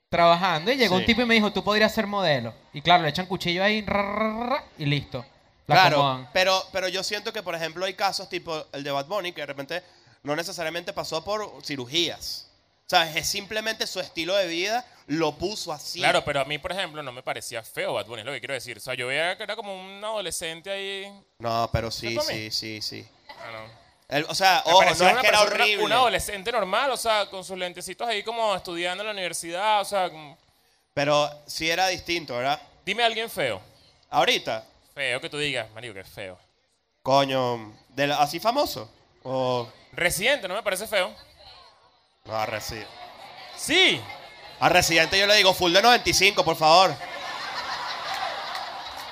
[SPEAKER 4] trabajando y llegó
[SPEAKER 2] Sí.
[SPEAKER 4] un tipo y me dijo, tú podrías ser modelo. Y claro, le echan cuchillo ahí ra, ra, ra, y listo. La
[SPEAKER 2] Claro,
[SPEAKER 4] acomodan.
[SPEAKER 2] pero, pero yo siento que, por ejemplo, hay casos tipo el de Bad Bunny que de repente no necesariamente pasó por cirugías. ¿Sabes? Es simplemente su estilo de vida lo puso así.
[SPEAKER 1] Claro, pero a mí, por ejemplo, no me parecía feo Bad Bunny, es lo que quiero decir. O sea, yo veía que era como un adolescente ahí.
[SPEAKER 2] No, pero sí,
[SPEAKER 1] ¿No es pa' mí?
[SPEAKER 2] sí, sí, sí.
[SPEAKER 1] Ah, no.
[SPEAKER 2] El- o sea,
[SPEAKER 1] Me
[SPEAKER 2] ojo, no es
[SPEAKER 1] parecía una
[SPEAKER 2] que era
[SPEAKER 1] persona-
[SPEAKER 2] horrible.
[SPEAKER 1] Un adolescente normal, o sea, con sus lentecitos ahí como estudiando en la universidad, o sea, como-
[SPEAKER 2] Pero sí era distinto, ¿verdad?
[SPEAKER 1] dime a alguien feo.
[SPEAKER 2] Ahorita,
[SPEAKER 1] Feo que tú digas, marico, que feo.
[SPEAKER 2] coño, de la- así famoso. O.
[SPEAKER 1] Residente, no me parece feo.
[SPEAKER 2] No, a Residente.
[SPEAKER 1] Sí.
[SPEAKER 2] A Residente yo le digo full de 95, por favor.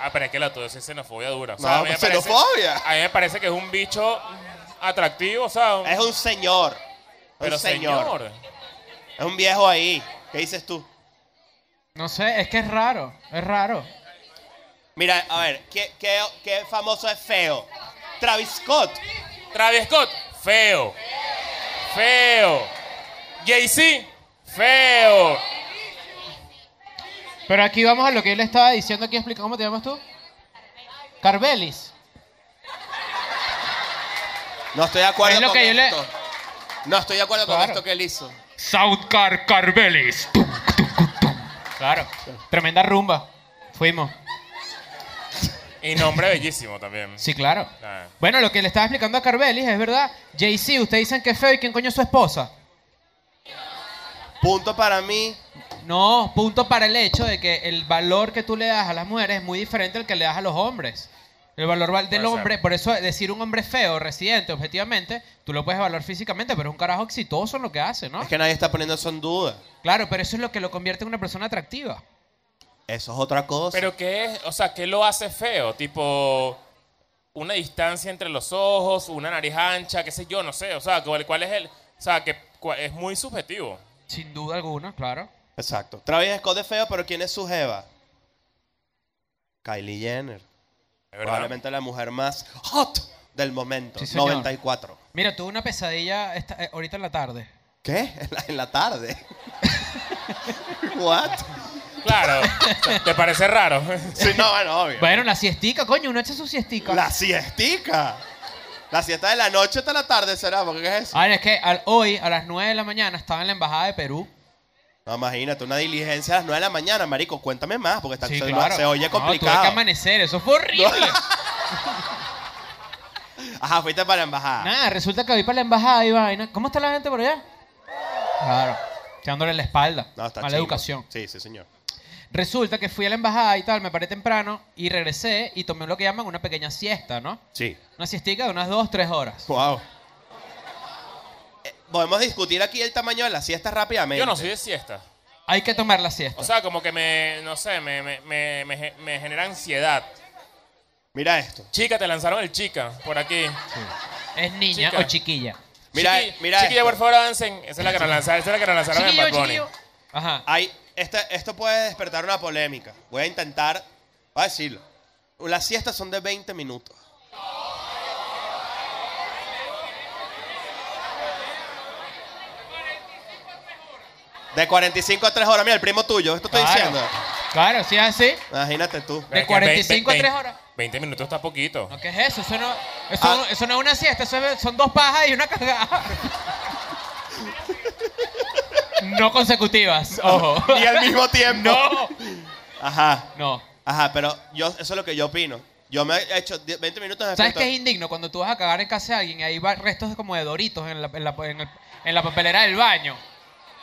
[SPEAKER 1] Ah, pero es que la tuya sí es xenofobia dura. O
[SPEAKER 2] No,
[SPEAKER 1] a mí me
[SPEAKER 2] pues,
[SPEAKER 1] parece-
[SPEAKER 2] xenofobia.
[SPEAKER 1] A mí me parece que es un bicho atractivo, o sea, un-
[SPEAKER 2] Es un señor.
[SPEAKER 1] pero
[SPEAKER 2] un señor.
[SPEAKER 1] señor.
[SPEAKER 2] Es un viejo ahí. ¿Qué dices tú?
[SPEAKER 4] No sé, es que es raro, es raro.
[SPEAKER 2] Mira, a ver, ¿qué, qué, qué famoso es feo? Travis Scott.
[SPEAKER 1] Travis Scott, feo. Feo. Jay-Z, feo.
[SPEAKER 4] Pero aquí vamos a lo que él estaba diciendo aquí, explica cómo te llamas tú. Carvelis.
[SPEAKER 2] No estoy de acuerdo
[SPEAKER 4] Es lo
[SPEAKER 2] con
[SPEAKER 4] que yo le-
[SPEAKER 2] esto. No estoy de acuerdo con
[SPEAKER 4] Claro.
[SPEAKER 2] esto que él hizo.
[SPEAKER 4] Southcar Carvelis. Tum, tum, tum, tum. Claro, tremenda rumba. Fuimos.
[SPEAKER 1] Y nombre bellísimo también.
[SPEAKER 4] Sí, claro.
[SPEAKER 1] Ah.
[SPEAKER 4] Bueno, lo que le estaba explicando a Carvelis es verdad. Jay-Z, ustedes dicen que es feo y quién coño es su esposa.
[SPEAKER 2] Punto para mí.
[SPEAKER 4] No, punto para el hecho de que el valor que tú le das a las mujeres es muy diferente al que le das a los hombres. El valor val- del
[SPEAKER 1] Puede ser.
[SPEAKER 4] hombre, por eso decir un hombre feo, residente, objetivamente, tú lo puedes valorar físicamente, pero es un carajo exitoso en lo que hace, ¿no?
[SPEAKER 2] Es que nadie está poniendo eso en duda.
[SPEAKER 4] Claro, pero eso es lo que lo convierte en una persona atractiva.
[SPEAKER 2] Eso es otra cosa.
[SPEAKER 1] Pero qué es, o sea, ¿qué lo hace feo? Tipo una distancia entre los ojos, una nariz ancha, qué sé yo, no sé, o sea, cuál, cuál es el, o sea, que cua- es muy subjetivo.
[SPEAKER 4] Sin duda alguna, claro.
[SPEAKER 2] Exacto. Travis Scott es feo, pero ¿quién es su jeva? Kylie Jenner.
[SPEAKER 1] Es verdad.
[SPEAKER 2] Probablemente la mujer más hot del momento.
[SPEAKER 4] Sí, señor.
[SPEAKER 2] 94.
[SPEAKER 4] Mira, tuve una pesadilla esta- eh, ahorita en la tarde.
[SPEAKER 2] ¿Qué? En la, en la tarde. What?
[SPEAKER 1] Claro. ¿Te parece raro?
[SPEAKER 2] Sí, no, bueno, obvio.
[SPEAKER 4] Bueno, la siestica, coño, uno echa su siestica.
[SPEAKER 2] La siestica. La siesta de la noche hasta la tarde será, porque ¿qué es eso?
[SPEAKER 4] A ver, es que al- hoy, a las 9 de la mañana, estaba en la Embajada de Perú.
[SPEAKER 2] No, imagínate, una diligencia a las 9 de la mañana, marico. Cuéntame más, porque está,
[SPEAKER 4] Sí,
[SPEAKER 2] se,
[SPEAKER 4] claro.
[SPEAKER 2] se oye
[SPEAKER 4] No, tuve que
[SPEAKER 2] complicado.
[SPEAKER 4] amanecer, eso fue horrible.
[SPEAKER 2] Ajá, fuiste para la embajada.
[SPEAKER 4] Nada, resulta que voy para la embajada y vaina. ¿Cómo está la gente por allá? Claro, echándole la espalda.
[SPEAKER 2] No, está
[SPEAKER 4] Mala
[SPEAKER 2] chimbo.
[SPEAKER 4] educación.
[SPEAKER 2] Sí, sí, señor.
[SPEAKER 4] Resulta que fui a la embajada y tal, me paré temprano y regresé y tomé lo que llaman una pequeña siesta, ¿no?
[SPEAKER 2] Sí.
[SPEAKER 4] Una siestica de unas 2, 3 horas.
[SPEAKER 2] Wow. Eh, podemos discutir aquí el tamaño de la siesta rápidamente.
[SPEAKER 1] Yo no soy de siesta.
[SPEAKER 4] Hay que tomar la siesta.
[SPEAKER 1] O sea, como que me, no sé, me, me, me, me ge- me genera ansiedad.
[SPEAKER 2] Mira esto.
[SPEAKER 1] Chica, te lanzaron el chica por aquí.
[SPEAKER 4] es niña
[SPEAKER 1] chica.
[SPEAKER 4] o chiquilla.
[SPEAKER 2] Mira,
[SPEAKER 1] Chiqui-
[SPEAKER 2] mira
[SPEAKER 1] Chiquilla,
[SPEAKER 2] esto.
[SPEAKER 1] por favor, avancen. Esa es la que la lanzaron, esa es la que la lanzaron en
[SPEAKER 4] Chiquillo,
[SPEAKER 1] Bad Bunny.
[SPEAKER 4] chiquillo. Ajá.
[SPEAKER 2] Hay, esta- este, esto puede despertar una polémica. Voy a intentar, voy a decirlo. Las siestas son de 20 minutos. De 45 a 3 horas. Mira, el primo tuyo, esto estoy
[SPEAKER 4] Claro.
[SPEAKER 2] diciendo.
[SPEAKER 4] Claro, si es así.
[SPEAKER 2] Imagínate tú.
[SPEAKER 1] Pero es que
[SPEAKER 4] 45 a
[SPEAKER 1] vein-
[SPEAKER 4] tres horas.
[SPEAKER 1] 20 minutos está poquito.
[SPEAKER 4] No, ¿Qué es eso? Eso no, eso,
[SPEAKER 2] Ah.
[SPEAKER 4] no- eso no es una siesta, eso es- son dos pajas y una cagada. No consecutivas, ojo.
[SPEAKER 2] Y al mismo tiempo.
[SPEAKER 4] No,
[SPEAKER 2] Ajá,
[SPEAKER 4] no.
[SPEAKER 2] ajá, pero yo, eso es lo que yo opino. Yo me he hecho 10 20 minutos de
[SPEAKER 4] ¿Sabes
[SPEAKER 2] despertar.
[SPEAKER 4] qué es indigno? Cuando tú vas a cagar en casa de alguien y ahí va restos de como de doritos en la, en la- en el- en la papelera del baño.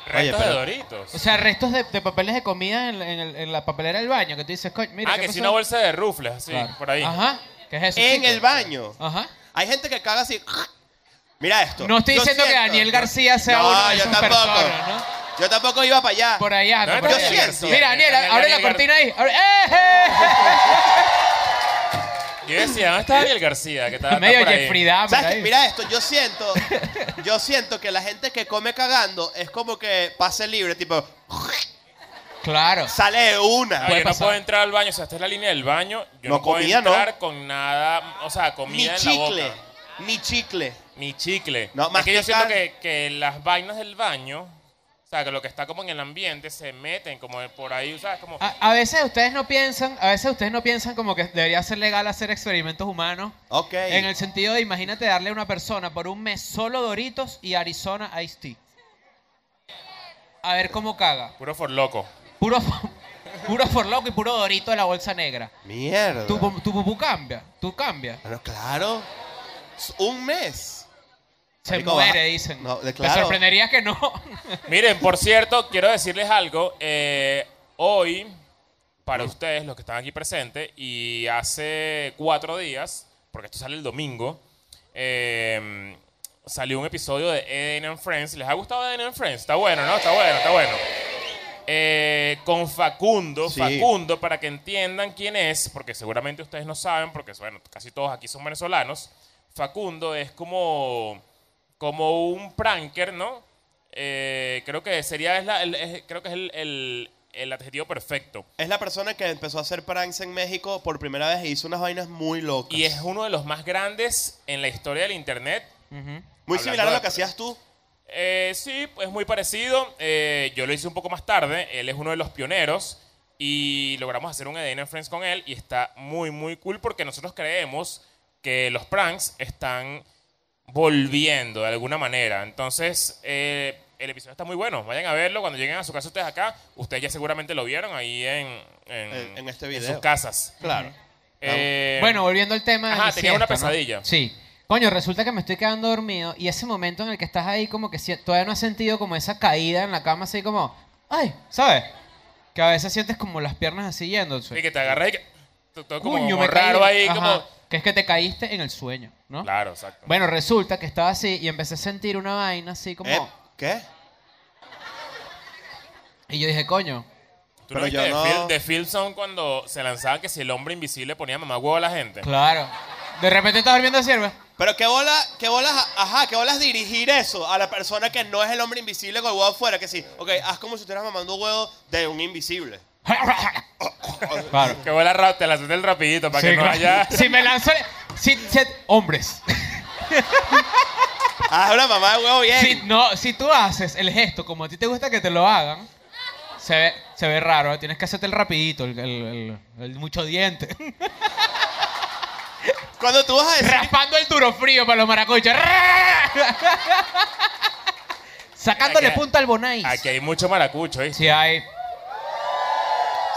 [SPEAKER 2] Oye,
[SPEAKER 1] Restos de
[SPEAKER 2] pero-
[SPEAKER 1] Doritos.
[SPEAKER 4] O sea, restos de, de papeles de comida en, la- en el- en la papelera del baño. Que tú dices, coño, mira.
[SPEAKER 1] ah,
[SPEAKER 4] ¿qué
[SPEAKER 1] que
[SPEAKER 4] pasó?
[SPEAKER 1] si una bolsa de rufles, así,
[SPEAKER 4] Claro.
[SPEAKER 1] por ahí.
[SPEAKER 4] Ajá. ¿Qué es eso?
[SPEAKER 2] En
[SPEAKER 4] chico?
[SPEAKER 2] el baño.
[SPEAKER 4] Ajá.
[SPEAKER 2] Hay gente que caga así. Mira esto.
[SPEAKER 4] No estoy
[SPEAKER 2] Yo
[SPEAKER 4] diciendo que
[SPEAKER 2] siento-
[SPEAKER 4] Daniel García sea
[SPEAKER 2] No,
[SPEAKER 4] uno de
[SPEAKER 2] yo
[SPEAKER 4] esas
[SPEAKER 2] tampoco.
[SPEAKER 4] personas, ¿no?
[SPEAKER 2] Yo tampoco iba para allá.
[SPEAKER 4] Por allá,
[SPEAKER 1] No,
[SPEAKER 4] anda,
[SPEAKER 1] no,
[SPEAKER 4] por
[SPEAKER 2] yo
[SPEAKER 4] allá.
[SPEAKER 2] siento.
[SPEAKER 4] Mira, Daniel,
[SPEAKER 1] Daniel,
[SPEAKER 4] abre la
[SPEAKER 1] Daniel Gar-
[SPEAKER 4] cortina ahí. abre- ¡Eh, eh,
[SPEAKER 1] Yo decía, ¿dónde está Daniel García? Que está,
[SPEAKER 4] eh!
[SPEAKER 1] está
[SPEAKER 4] Medio
[SPEAKER 1] por ahí.
[SPEAKER 4] Jeffrey Dahmer
[SPEAKER 2] ¿Sabes qué?
[SPEAKER 4] ahí.
[SPEAKER 2] Mira esto, yo siento, yo siento que la gente que come cagando es como que pase libre, tipo,
[SPEAKER 4] Claro.
[SPEAKER 2] sale de una.
[SPEAKER 1] Ah,
[SPEAKER 4] Puede
[SPEAKER 1] yo no
[SPEAKER 4] pasar.
[SPEAKER 1] puedo entrar al baño, o sea, esta es la línea del baño. Yo no,
[SPEAKER 2] No,
[SPEAKER 1] puedo
[SPEAKER 2] comida, no.
[SPEAKER 1] entrar con nada, o sea,
[SPEAKER 2] ni
[SPEAKER 1] comida en la
[SPEAKER 2] chicle,
[SPEAKER 1] boca.
[SPEAKER 2] ni chicle.
[SPEAKER 1] Ni chicle.
[SPEAKER 2] No,
[SPEAKER 1] es que yo siento
[SPEAKER 2] masticar.
[SPEAKER 1] que, que las vainas del baño, o sea, que lo que está como en el ambiente se meten como por ahí, o sea, es como...
[SPEAKER 4] A, a veces ustedes no piensan, a veces ustedes no piensan como que debería ser legal hacer experimentos humanos.
[SPEAKER 2] Ok.
[SPEAKER 4] En el sentido de, imagínate darle a una persona por un mes solo Doritos y Arizona Ice Tea. A ver cómo caga.
[SPEAKER 1] Puro for loco.
[SPEAKER 4] Puro, puro por loco y puro Dorito de la bolsa negra.
[SPEAKER 2] Mierda.
[SPEAKER 4] Tu, pu- tu pupú cambia, tú cambias.
[SPEAKER 2] Bueno, claro. S- Un mes.
[SPEAKER 4] Se
[SPEAKER 2] Marico,
[SPEAKER 4] muere,
[SPEAKER 2] baja-
[SPEAKER 4] dicen.
[SPEAKER 2] No, de-
[SPEAKER 4] Te
[SPEAKER 2] claro.
[SPEAKER 4] sorprendería que no.
[SPEAKER 1] Miren, por cierto, quiero decirles algo. eh, hoy para ustedes, los que están aquí presentes. Y hace cuatro días, porque esto sale el domingo, eh, salió un episodio de Eden and Friends. ¿Les ha gustado Eden and Friends? Está bueno, ¿no? Está bueno, está bueno. Eh, con Facundo,
[SPEAKER 2] Sí.
[SPEAKER 1] Facundo, para que entiendan quién es, porque seguramente ustedes no saben, porque bueno, casi todos aquí son venezolanos. Facundo es como, como un pranker, ¿no? Eh, creo que sería es la- el- es- creo que es el, el- el adjetivo perfecto.
[SPEAKER 2] Es la persona que empezó a hacer pranks en México por primera vez e hizo unas vainas muy locas.
[SPEAKER 1] Y es uno de los más grandes en la historia del internet.
[SPEAKER 4] Ujú.
[SPEAKER 2] muy
[SPEAKER 1] hablando
[SPEAKER 2] similar a
[SPEAKER 1] de-
[SPEAKER 2] lo que hacías tú.
[SPEAKER 1] Eh, sí, es muy parecido. Eh, yo lo hice un poco más tarde. Él es uno de los pioneros. Y logramos hacer un Eden and Friends con él. Y está muy, muy cool porque nosotros creemos que los pranks están volviendo de alguna manera. Entonces, eh, el episodio está muy bueno. Vayan a verlo. Cuando lleguen a su casa ustedes acá, ustedes ya seguramente lo vieron ahí en, en,
[SPEAKER 2] En- en este
[SPEAKER 1] sus
[SPEAKER 2] video.
[SPEAKER 1] casas.
[SPEAKER 2] Claro.
[SPEAKER 1] Eh,
[SPEAKER 4] Bueno, volviendo al tema.
[SPEAKER 1] Ajá,
[SPEAKER 4] de
[SPEAKER 1] tenía una
[SPEAKER 4] siesta, ¿no?
[SPEAKER 1] pesadilla.
[SPEAKER 4] Sí. Coño, resulta que me estoy quedando dormido y ese momento en el que estás ahí como que si- todavía no has sentido como esa caída en la cama así como, ay, ¿sabes? Que a veces sientes como las piernas así
[SPEAKER 1] y
[SPEAKER 4] yéndose.
[SPEAKER 1] que te agarras y que- todo- todo como,
[SPEAKER 4] Coño,
[SPEAKER 1] como
[SPEAKER 4] caí.
[SPEAKER 1] raro ahí.
[SPEAKER 4] Ajá.
[SPEAKER 1] Como,
[SPEAKER 4] Que es que te caíste en el sueño, ¿no?
[SPEAKER 1] Claro, exacto.
[SPEAKER 4] Bueno, resulta que estaba así y empecé a sentir una vaina así como...
[SPEAKER 2] ¿Eh? ¿Qué?
[SPEAKER 4] Y yo dije, coño,
[SPEAKER 1] ¿Tú no
[SPEAKER 2] Pero
[SPEAKER 1] viste
[SPEAKER 2] yo
[SPEAKER 1] de,
[SPEAKER 2] no-
[SPEAKER 1] Phil, de Phil Song cuando se lanzaba que si el hombre invisible ponía mamá huevo a la gente?
[SPEAKER 4] claro. De repente estás durmiendo así, ¿verdad?
[SPEAKER 2] Pero qué bola, qué bolas, ajá, qué bolas dirigir eso a la persona que no es el hombre invisible con el huevo afuera, que sí, ok, haz como si estuvieras mamando huevo de un invisible.
[SPEAKER 4] Claro.
[SPEAKER 1] Que huele a rap, te lanzaste el rapidito para
[SPEAKER 4] Sí,
[SPEAKER 1] que no
[SPEAKER 4] claro.
[SPEAKER 1] haya...
[SPEAKER 4] Si me lanzó... Si, si- hombres.
[SPEAKER 2] Haz una mamá de huevo bien.
[SPEAKER 4] Si, no, si tú haces el gesto como a ti te gusta que te lo hagan, se ve, se ve raro. ¿eh? Tienes que hacerte el rapidito, el, el- el- el mucho diente.
[SPEAKER 2] Cuando tú vas a decir,
[SPEAKER 4] Raspando el duro frío para los maracuchos. Sacándole
[SPEAKER 1] Aquí hay-
[SPEAKER 4] punta al bonais.
[SPEAKER 1] Aquí hay mucho maracucho, ¿eh?
[SPEAKER 4] Sí hay.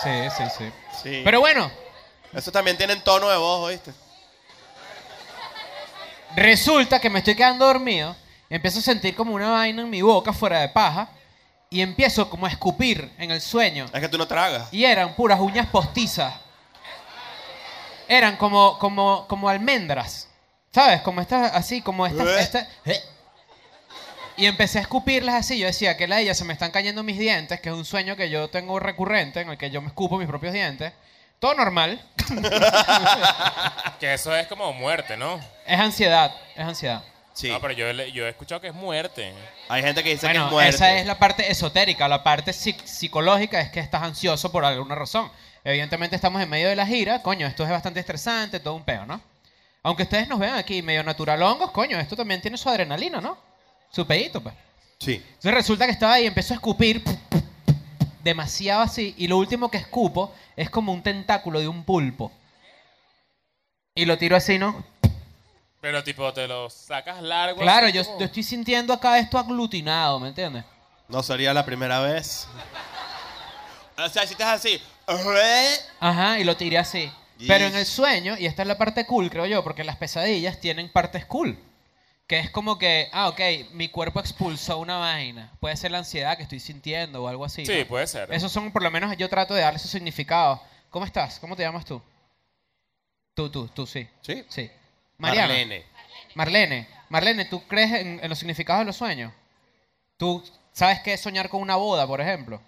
[SPEAKER 4] Sí, sí, sí.
[SPEAKER 2] Sí.
[SPEAKER 4] Pero bueno,
[SPEAKER 2] eso también tienen tono de voz, ¿oíste?
[SPEAKER 4] resulta que me estoy quedando dormido. Empiezo a sentir como una vaina en mi boca fuera de paja. Y empiezo como a escupir en el sueño.
[SPEAKER 2] Es que tú no tragas.
[SPEAKER 4] Y eran puras uñas postizas. Eran como, como, como almendras. ¿Sabes? Como estas, así, como estas.
[SPEAKER 2] Eh.
[SPEAKER 4] estas- eh. Y empecé a escupirlas así. Yo decía que la de ella se me están cayendo mis dientes, que es un sueño que yo tengo recurrente, en el que yo me escupo mis propios dientes. Todo normal.
[SPEAKER 1] Que eso es como muerte, ¿no?
[SPEAKER 4] Es ansiedad, es ansiedad.
[SPEAKER 2] Sí.
[SPEAKER 1] No, pero yo, le- yo he escuchado que es muerte.
[SPEAKER 2] Hay gente que dice que es
[SPEAKER 4] Bueno,
[SPEAKER 2] muerte.
[SPEAKER 4] esa es la parte esotérica, la parte psic- psicológica es que estás ansioso por alguna razón. Evidentemente estamos en medio de la gira, coño, esto es bastante estresante, todo un peo, ¿no? Aunque ustedes nos vean aquí medio naturalongos, coño, esto también tiene su adrenalina, ¿no? Su pedito, pues.
[SPEAKER 2] Sí.
[SPEAKER 4] Entonces resulta que estaba ahí y empezó a escupir demasiado así y lo último que escupo es como un tentáculo de un pulpo. Y lo tiro así, ¿no?
[SPEAKER 1] Pero tipo, te lo sacas largo.
[SPEAKER 4] Claro,
[SPEAKER 1] así
[SPEAKER 4] yo,
[SPEAKER 1] como-
[SPEAKER 4] yo estoy sintiendo acá esto aglutinado, ¿me entiendes?
[SPEAKER 2] No sería la primera vez. O sea, si estás así, "Ue",
[SPEAKER 4] Ajá, y lo tiré así.
[SPEAKER 2] Yeesh.
[SPEAKER 4] Pero en el sueño, y esta es la parte cool, creo yo, porque las pesadillas tienen partes cool. Que es como que, ah, ok, mi cuerpo expulsó una vaina. Puede ser la ansiedad que estoy sintiendo o algo así.
[SPEAKER 1] Sí,
[SPEAKER 4] ¿no?
[SPEAKER 1] puede ser.
[SPEAKER 4] Esos son, por lo menos, yo trato de darle su significado. ¿Cómo estás? ¿Cómo te llamas tú? Tú, tú, tú, sí.
[SPEAKER 2] Sí.
[SPEAKER 4] Sí. Mariana. Marlene.
[SPEAKER 2] Marlene.
[SPEAKER 4] Marlene, ¿tú crees en, en los significados de los sueños? ¿Tú sabes qué es soñar con una boda, por ejemplo?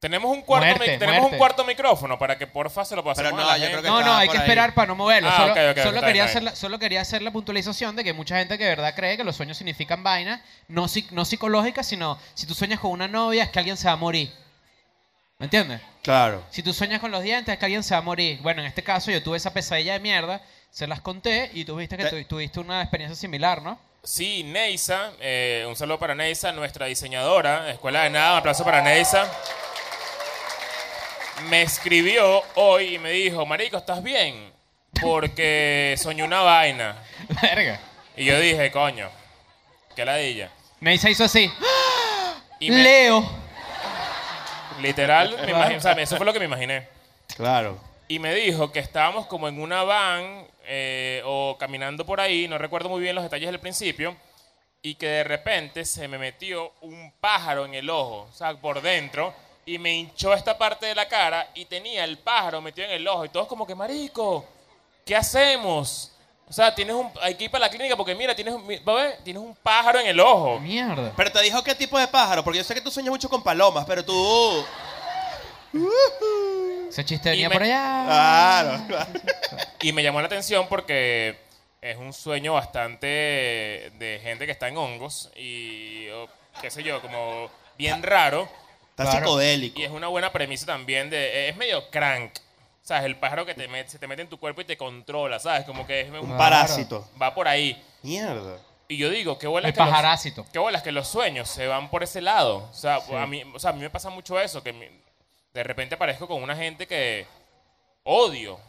[SPEAKER 1] Tenemos, un cuarto,
[SPEAKER 4] Muerte,
[SPEAKER 1] mic- tenemos
[SPEAKER 4] muerte.
[SPEAKER 1] un cuarto micrófono para que porfa se lo pasemos
[SPEAKER 2] Pero no,
[SPEAKER 1] a la
[SPEAKER 2] yo
[SPEAKER 1] gente.
[SPEAKER 2] creo que
[SPEAKER 4] No, no,
[SPEAKER 2] estaba
[SPEAKER 4] hay
[SPEAKER 2] por
[SPEAKER 4] que
[SPEAKER 2] ahí.
[SPEAKER 4] esperar para no moverlo.
[SPEAKER 1] Ah,
[SPEAKER 4] solo,
[SPEAKER 1] ok, ok,
[SPEAKER 4] solo
[SPEAKER 1] está bien,
[SPEAKER 4] quería
[SPEAKER 1] está
[SPEAKER 4] hacer
[SPEAKER 1] bien.
[SPEAKER 4] la, solo quería hacer la puntualización de que mucha gente que de verdad cree que los sueños significan vainas, no, psic- no psicológicas, sino si tú sueñas con una novia es que alguien se va a morir. ¿Me entiendes?
[SPEAKER 2] Claro.
[SPEAKER 4] Si tú sueñas con los dientes es que alguien se va a morir. Bueno, en este caso yo tuve esa pesadilla de mierda, se las conté y tú viste que
[SPEAKER 2] Te-
[SPEAKER 4] tu- tuviste una experiencia similar, ¿no?
[SPEAKER 1] Sí, Neisa, eh, un saludo para Neisa, nuestra diseñadora, Escuela de Nada, un aplauso para Neisa. Me escribió hoy y me dijo, Marico, ¿estás bien? Porque soñé una vaina.
[SPEAKER 4] Verga.
[SPEAKER 1] Y yo dije, coño, qué ladilla.
[SPEAKER 4] Neisa hizo así.
[SPEAKER 1] Y me-
[SPEAKER 4] Leo.
[SPEAKER 1] literal, me imagino, o sea, eso fue lo que me imaginé.
[SPEAKER 2] Claro.
[SPEAKER 1] Y me dijo que estábamos como en una van eh, o caminando por ahí, no recuerdo muy bien los detalles del principio, y que de repente se me metió un pájaro en el ojo, o sea, por dentro, y me hinchó esta parte de la cara y tenía el pájaro metido en el ojo y todos como que, marico, ¿qué hacemos? O sea, tienes un, hay que ir para la clínica porque mira, tienes un, mi- va a ver, tienes un pájaro en el ojo.
[SPEAKER 4] Mierda.
[SPEAKER 2] Pero te dijo qué tipo de pájaro, porque yo sé que tú sueñas mucho con palomas, pero tú.
[SPEAKER 4] Ese chiste
[SPEAKER 1] Y
[SPEAKER 4] venía
[SPEAKER 1] me- Ah.
[SPEAKER 4] por
[SPEAKER 2] Claro,
[SPEAKER 4] allá.
[SPEAKER 2] claro.
[SPEAKER 1] Y me llamó la atención porque es un sueño bastante de gente que está en hongos y o qué sé yo, como bien raro.
[SPEAKER 2] Está
[SPEAKER 4] Claro.
[SPEAKER 2] psicodélico.
[SPEAKER 1] Y es una buena premisa también de, es medio crank. ¿Sabes? El pájaro que te met- se te mete en tu cuerpo y te controla, ¿sabes? Como que es
[SPEAKER 2] Un
[SPEAKER 1] un,
[SPEAKER 2] parásito.
[SPEAKER 1] va por ahí.
[SPEAKER 2] Mierda.
[SPEAKER 1] Y yo digo, qué bolas
[SPEAKER 4] El
[SPEAKER 1] que los-
[SPEAKER 4] pajarásito.
[SPEAKER 1] qué bolas que los sueños se van por ese lado. O sea, a mí, o sea, a mí me pasa mucho eso, que mi- de repente aparezco con una gente que odio.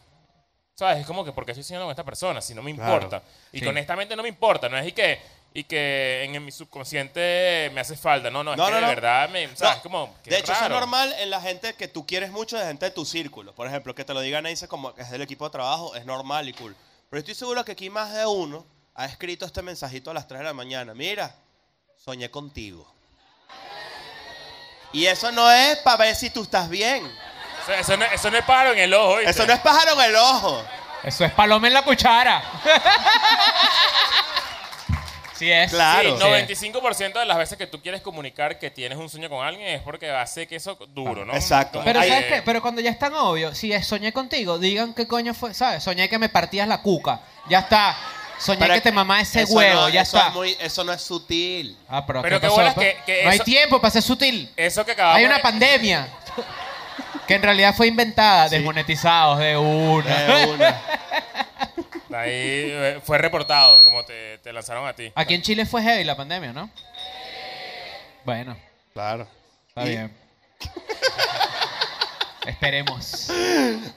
[SPEAKER 1] ¿Sabes? Es como que, ¿por qué estoy soñando con esta persona? Si no me
[SPEAKER 2] Claro.
[SPEAKER 1] importa. Y
[SPEAKER 4] Sí.
[SPEAKER 1] que honestamente no me importa, no es y que, y que en, mi subconsciente me hace falta. No, no, es
[SPEAKER 2] No,
[SPEAKER 1] que
[SPEAKER 2] no,
[SPEAKER 1] de
[SPEAKER 2] no.
[SPEAKER 1] verdad me.
[SPEAKER 2] No,
[SPEAKER 1] ¿Sabes? como, qué
[SPEAKER 2] de hecho, eso es
[SPEAKER 1] raro.
[SPEAKER 2] normal en la gente que tú quieres mucho, de gente de tu círculo. Por ejemplo, que te lo digan ahí, dice como que es del equipo de trabajo, es normal y cool. Pero estoy seguro que aquí más de uno ha escrito este mensajito a las 3 de la mañana. Mira, soñé contigo. Y eso no es para ver si tú estás bien.
[SPEAKER 1] O sea, eso, no, eso no es pájaro en el ojo. ¿viste?
[SPEAKER 2] Eso no es pájaro en el ojo.
[SPEAKER 4] Eso es paloma en la cuchara. sí es.
[SPEAKER 1] Sí,
[SPEAKER 2] Claro.
[SPEAKER 4] no,
[SPEAKER 1] 95% de las veces que tú quieres comunicar que tienes un sueño con alguien es porque hace que eso duro, ¿no?
[SPEAKER 2] Exacto.
[SPEAKER 1] Como
[SPEAKER 4] Pero
[SPEAKER 1] que-
[SPEAKER 4] ¿sabes qué? Pero cuando ya es tan obvio, si es soñé contigo, digan qué coño fue, ¿sabes? Soñé que me partías la cuca. Ya está. Soñé
[SPEAKER 2] Pero
[SPEAKER 4] que te mamá ese
[SPEAKER 2] eso
[SPEAKER 4] huevo,
[SPEAKER 2] no-
[SPEAKER 4] ya
[SPEAKER 2] eso
[SPEAKER 4] está.
[SPEAKER 2] es muy- eso no es sutil.
[SPEAKER 4] Ah, pero,
[SPEAKER 1] Pero
[SPEAKER 4] ¿qué
[SPEAKER 1] qué
[SPEAKER 4] pasó,
[SPEAKER 1] bolas
[SPEAKER 4] pa?
[SPEAKER 1] que- que
[SPEAKER 4] No hay
[SPEAKER 1] eso-
[SPEAKER 4] tiempo para ser sutil.
[SPEAKER 1] Eso que
[SPEAKER 2] Ah,
[SPEAKER 1] acabamos
[SPEAKER 4] Hay una
[SPEAKER 1] de-
[SPEAKER 4] pandemia que en realidad fue inventada, desmonetizados de una.
[SPEAKER 2] De una.
[SPEAKER 1] Ahí eh, fue reportado, como te, te lanzaron a ti.
[SPEAKER 4] Aquí en Chile fue heavy la pandemia, ¿no? Bueno,
[SPEAKER 2] Claro.
[SPEAKER 4] está
[SPEAKER 2] Y-
[SPEAKER 4] bien. Esperemos.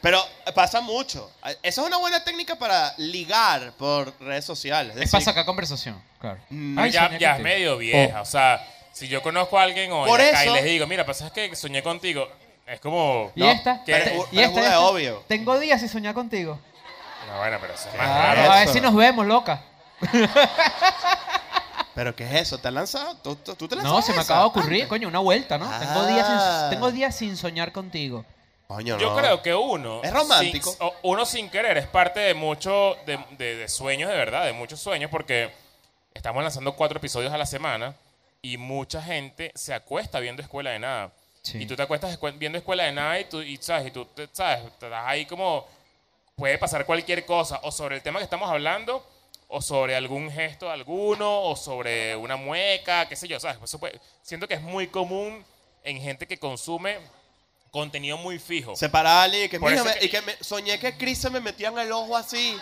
[SPEAKER 2] Pero pasa mucho. Esa es una buena técnica para ligar por redes sociales. Es
[SPEAKER 4] Es
[SPEAKER 2] decir,
[SPEAKER 4] para sacar conversación, claro.
[SPEAKER 2] Mm.
[SPEAKER 4] Ay,
[SPEAKER 1] ya
[SPEAKER 4] soñé
[SPEAKER 1] ya es
[SPEAKER 4] contigo.
[SPEAKER 1] medio vieja, o sea, si yo conozco a alguien hoy
[SPEAKER 2] Por
[SPEAKER 1] acá y
[SPEAKER 2] eso-
[SPEAKER 1] les digo, mira, pasa es que soñé contigo, es como...
[SPEAKER 4] ¿Y
[SPEAKER 2] No,
[SPEAKER 4] esta?
[SPEAKER 1] pero
[SPEAKER 4] Te-
[SPEAKER 1] es-
[SPEAKER 4] ¿Y
[SPEAKER 2] pero es
[SPEAKER 4] esta?
[SPEAKER 2] muy
[SPEAKER 4] esta?
[SPEAKER 2] obvio.
[SPEAKER 4] Tengo días sin soñar contigo.
[SPEAKER 1] No, bueno, pero eso es más
[SPEAKER 2] Claro.
[SPEAKER 1] raro.
[SPEAKER 4] a ver
[SPEAKER 2] eso.
[SPEAKER 4] si nos vemos, loca.
[SPEAKER 2] ¿Pero qué es eso? ¿Te has lanzado? ¿Tú, tú- tú te lanzas
[SPEAKER 4] No, se me
[SPEAKER 2] esa?
[SPEAKER 4] acaba de ocurrir, coño, una vuelta, ¿no? Tengo, días
[SPEAKER 2] Ah.
[SPEAKER 4] sin, tengo días sin soñar contigo.
[SPEAKER 2] Coño,
[SPEAKER 1] Yo
[SPEAKER 2] no.
[SPEAKER 1] creo que uno...
[SPEAKER 2] Es romántico.
[SPEAKER 1] sin- o- uno sin querer es parte de mucho, de, de- de sueños de verdad, de muchos sueños, porque estamos lanzando cuatro episodios a la semana y mucha gente se acuesta viendo Escuela de Nada.
[SPEAKER 4] Sí.
[SPEAKER 1] Y tú te acuestas escue- viendo Escuela de Nada y tú, y, ¿sabes? Y tú, te- ¿sabes? Estás ahí como... Puede pasar cualquier cosa, o sobre el tema que estamos hablando, o sobre algún gesto de alguno, o sobre una mueca, qué sé yo, ¿sabes? Eso puede- siento que es muy común en gente que consume contenido muy fijo.
[SPEAKER 2] Se para alguien y que,
[SPEAKER 1] Por eso
[SPEAKER 2] "Mírame",
[SPEAKER 1] que-
[SPEAKER 2] y que me- soñé que Chris se me metía en el ojo así.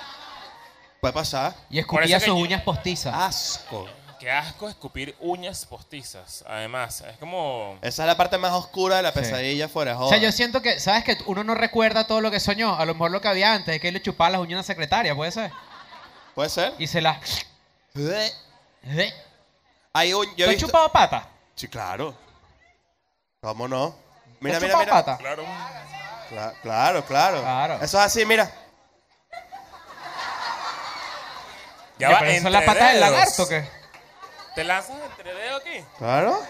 [SPEAKER 2] Puede pasar.
[SPEAKER 4] Y
[SPEAKER 1] Por
[SPEAKER 4] escupía
[SPEAKER 1] eso que
[SPEAKER 4] sus
[SPEAKER 1] yo-
[SPEAKER 4] uñas postizas.
[SPEAKER 2] Ah, Asco.
[SPEAKER 1] Qué asco escupir uñas postizas, además. Es como...
[SPEAKER 2] Esa es la parte más oscura de la
[SPEAKER 4] Sí.
[SPEAKER 2] pesadilla fuera de
[SPEAKER 4] O
[SPEAKER 2] joda.
[SPEAKER 4] sea, yo siento que, ¿sabes que Uno no recuerda todo lo que soñó. A lo mejor lo que había antes es que le chupaba las uñas a una secretaria, puede ser.
[SPEAKER 2] ¿Puede ser?
[SPEAKER 4] Y se las.
[SPEAKER 2] Bleh.
[SPEAKER 4] ¿Tú
[SPEAKER 2] Hay un... Yo he
[SPEAKER 4] has
[SPEAKER 2] visto-
[SPEAKER 4] chupado pata?
[SPEAKER 2] Sí, claro. ¿Cómo no?
[SPEAKER 4] ¿Tú has
[SPEAKER 2] Mira, mira,
[SPEAKER 4] chupado
[SPEAKER 2] mira.
[SPEAKER 4] pata?
[SPEAKER 1] Claro.
[SPEAKER 2] Cla- Claro, claro.
[SPEAKER 4] Claro.
[SPEAKER 2] Eso es así, mira.
[SPEAKER 1] Ya
[SPEAKER 4] ¿Qué,
[SPEAKER 1] va
[SPEAKER 4] pero ¿Son
[SPEAKER 1] entre
[SPEAKER 4] las patas del
[SPEAKER 1] dedos.
[SPEAKER 4] lagarto o qué?
[SPEAKER 1] ¿Te lanzas entre dedos aquí?
[SPEAKER 2] Claro.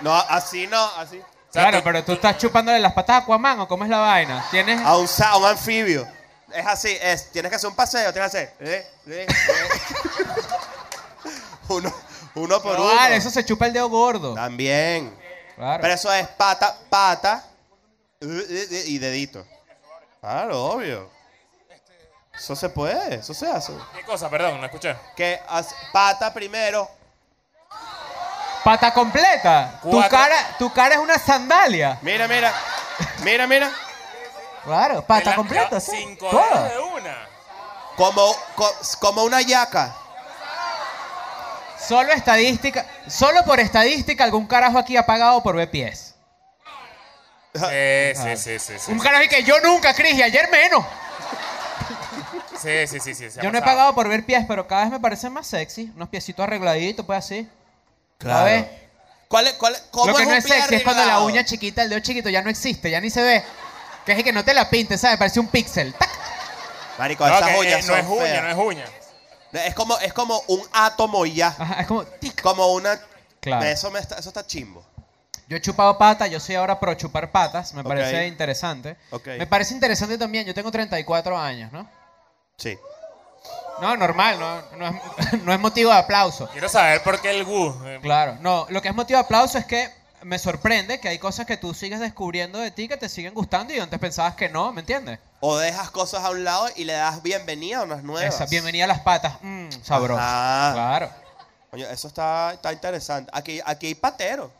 [SPEAKER 2] No, así no, así.
[SPEAKER 4] Claro, pero tú estás chupándole las patas a Aquaman o cómo es la vaina. Tienes.
[SPEAKER 1] Ah,
[SPEAKER 2] A un, sa- a un anfibio. Es así, es. Tienes que hacer un paseo, tienes que hacer. eh, eh, eh. uno, uno por
[SPEAKER 4] No,
[SPEAKER 2] uno.
[SPEAKER 4] vale, eso se chupa el dedo gordo.
[SPEAKER 2] También.
[SPEAKER 4] Claro.
[SPEAKER 2] Pero eso es pata, pata eh, eh, eh, y dedito. Claro, obvio. Eso se puede, eso se hace.
[SPEAKER 1] ¿Qué cosa? Perdón, no escuché.
[SPEAKER 2] Que haz- pata primero.
[SPEAKER 4] Pata completa. Tu
[SPEAKER 1] Cuatro.
[SPEAKER 4] cara, tu cara es una sandalia.
[SPEAKER 2] Mira, mira. Mira, mira.
[SPEAKER 4] Claro,
[SPEAKER 1] Te la-
[SPEAKER 4] pata completa,
[SPEAKER 1] ya
[SPEAKER 4] sí.
[SPEAKER 1] Cinco
[SPEAKER 4] Toda.
[SPEAKER 1] dedos de una.
[SPEAKER 2] Como, co- como una yaca.
[SPEAKER 4] Solo estadística, solo por estadística algún carajo aquí ha pagado por ver pies.
[SPEAKER 2] Ah.
[SPEAKER 1] Sí, sí, sí, sí, sí.
[SPEAKER 4] Ah. Un carajo y que yo nunca, Cris, y ayer menos.
[SPEAKER 1] Sí, sí, sí, sí. se ha
[SPEAKER 4] Yo no he
[SPEAKER 1] pasado.
[SPEAKER 4] pagado por ver pies, pero cada vez me parecen más sexy. Unos piecitos arregladitos, pues así. ¿Sabes?
[SPEAKER 2] ¿Cuál es, cuál es- cómo
[SPEAKER 4] Lo que
[SPEAKER 2] es
[SPEAKER 4] no
[SPEAKER 2] un
[SPEAKER 4] es
[SPEAKER 2] pie
[SPEAKER 4] sexy es cuando la
[SPEAKER 2] arreglado?
[SPEAKER 4] uña chiquita, el dedo chiquito ya no existe, ya ni se ve. Que es que no te la pintes, ¿sabes? Parece un píxel. ¡Tac!
[SPEAKER 2] Marico,
[SPEAKER 1] No,
[SPEAKER 2] esas
[SPEAKER 1] que,
[SPEAKER 2] uñas
[SPEAKER 1] eh, no
[SPEAKER 2] son
[SPEAKER 1] es uña,
[SPEAKER 2] feas.
[SPEAKER 1] no es uña. Ah.
[SPEAKER 2] Es como, es como un átomo y ya.
[SPEAKER 4] Ajá, es como tic.
[SPEAKER 2] Como una.
[SPEAKER 4] Claro.
[SPEAKER 2] Eso, me está, eso está chimbo.
[SPEAKER 4] Yo he chupado pata, yo soy ahora pro chupar patas, me
[SPEAKER 2] Ok.
[SPEAKER 4] parece interesante.
[SPEAKER 2] Ok.
[SPEAKER 4] Me parece interesante también, yo tengo 34 años, ¿no?
[SPEAKER 2] Sí.
[SPEAKER 4] No, normal, no, no, es, no es motivo de aplauso.
[SPEAKER 1] Quiero saber por qué el Gu. eh,
[SPEAKER 4] Claro, no, lo que es motivo de aplauso es que me sorprende que hay cosas que tú sigues descubriendo de ti que te siguen gustando y antes pensabas que no, ¿me entiendes?
[SPEAKER 2] O dejas cosas a un lado y le das bienvenida a unas nuevas.
[SPEAKER 4] Esa, bienvenida a las patas, mmm, sabroso.
[SPEAKER 2] Ajá.
[SPEAKER 4] Claro.
[SPEAKER 2] Coño, eso está, está interesante. Aquí, aquí hay patero.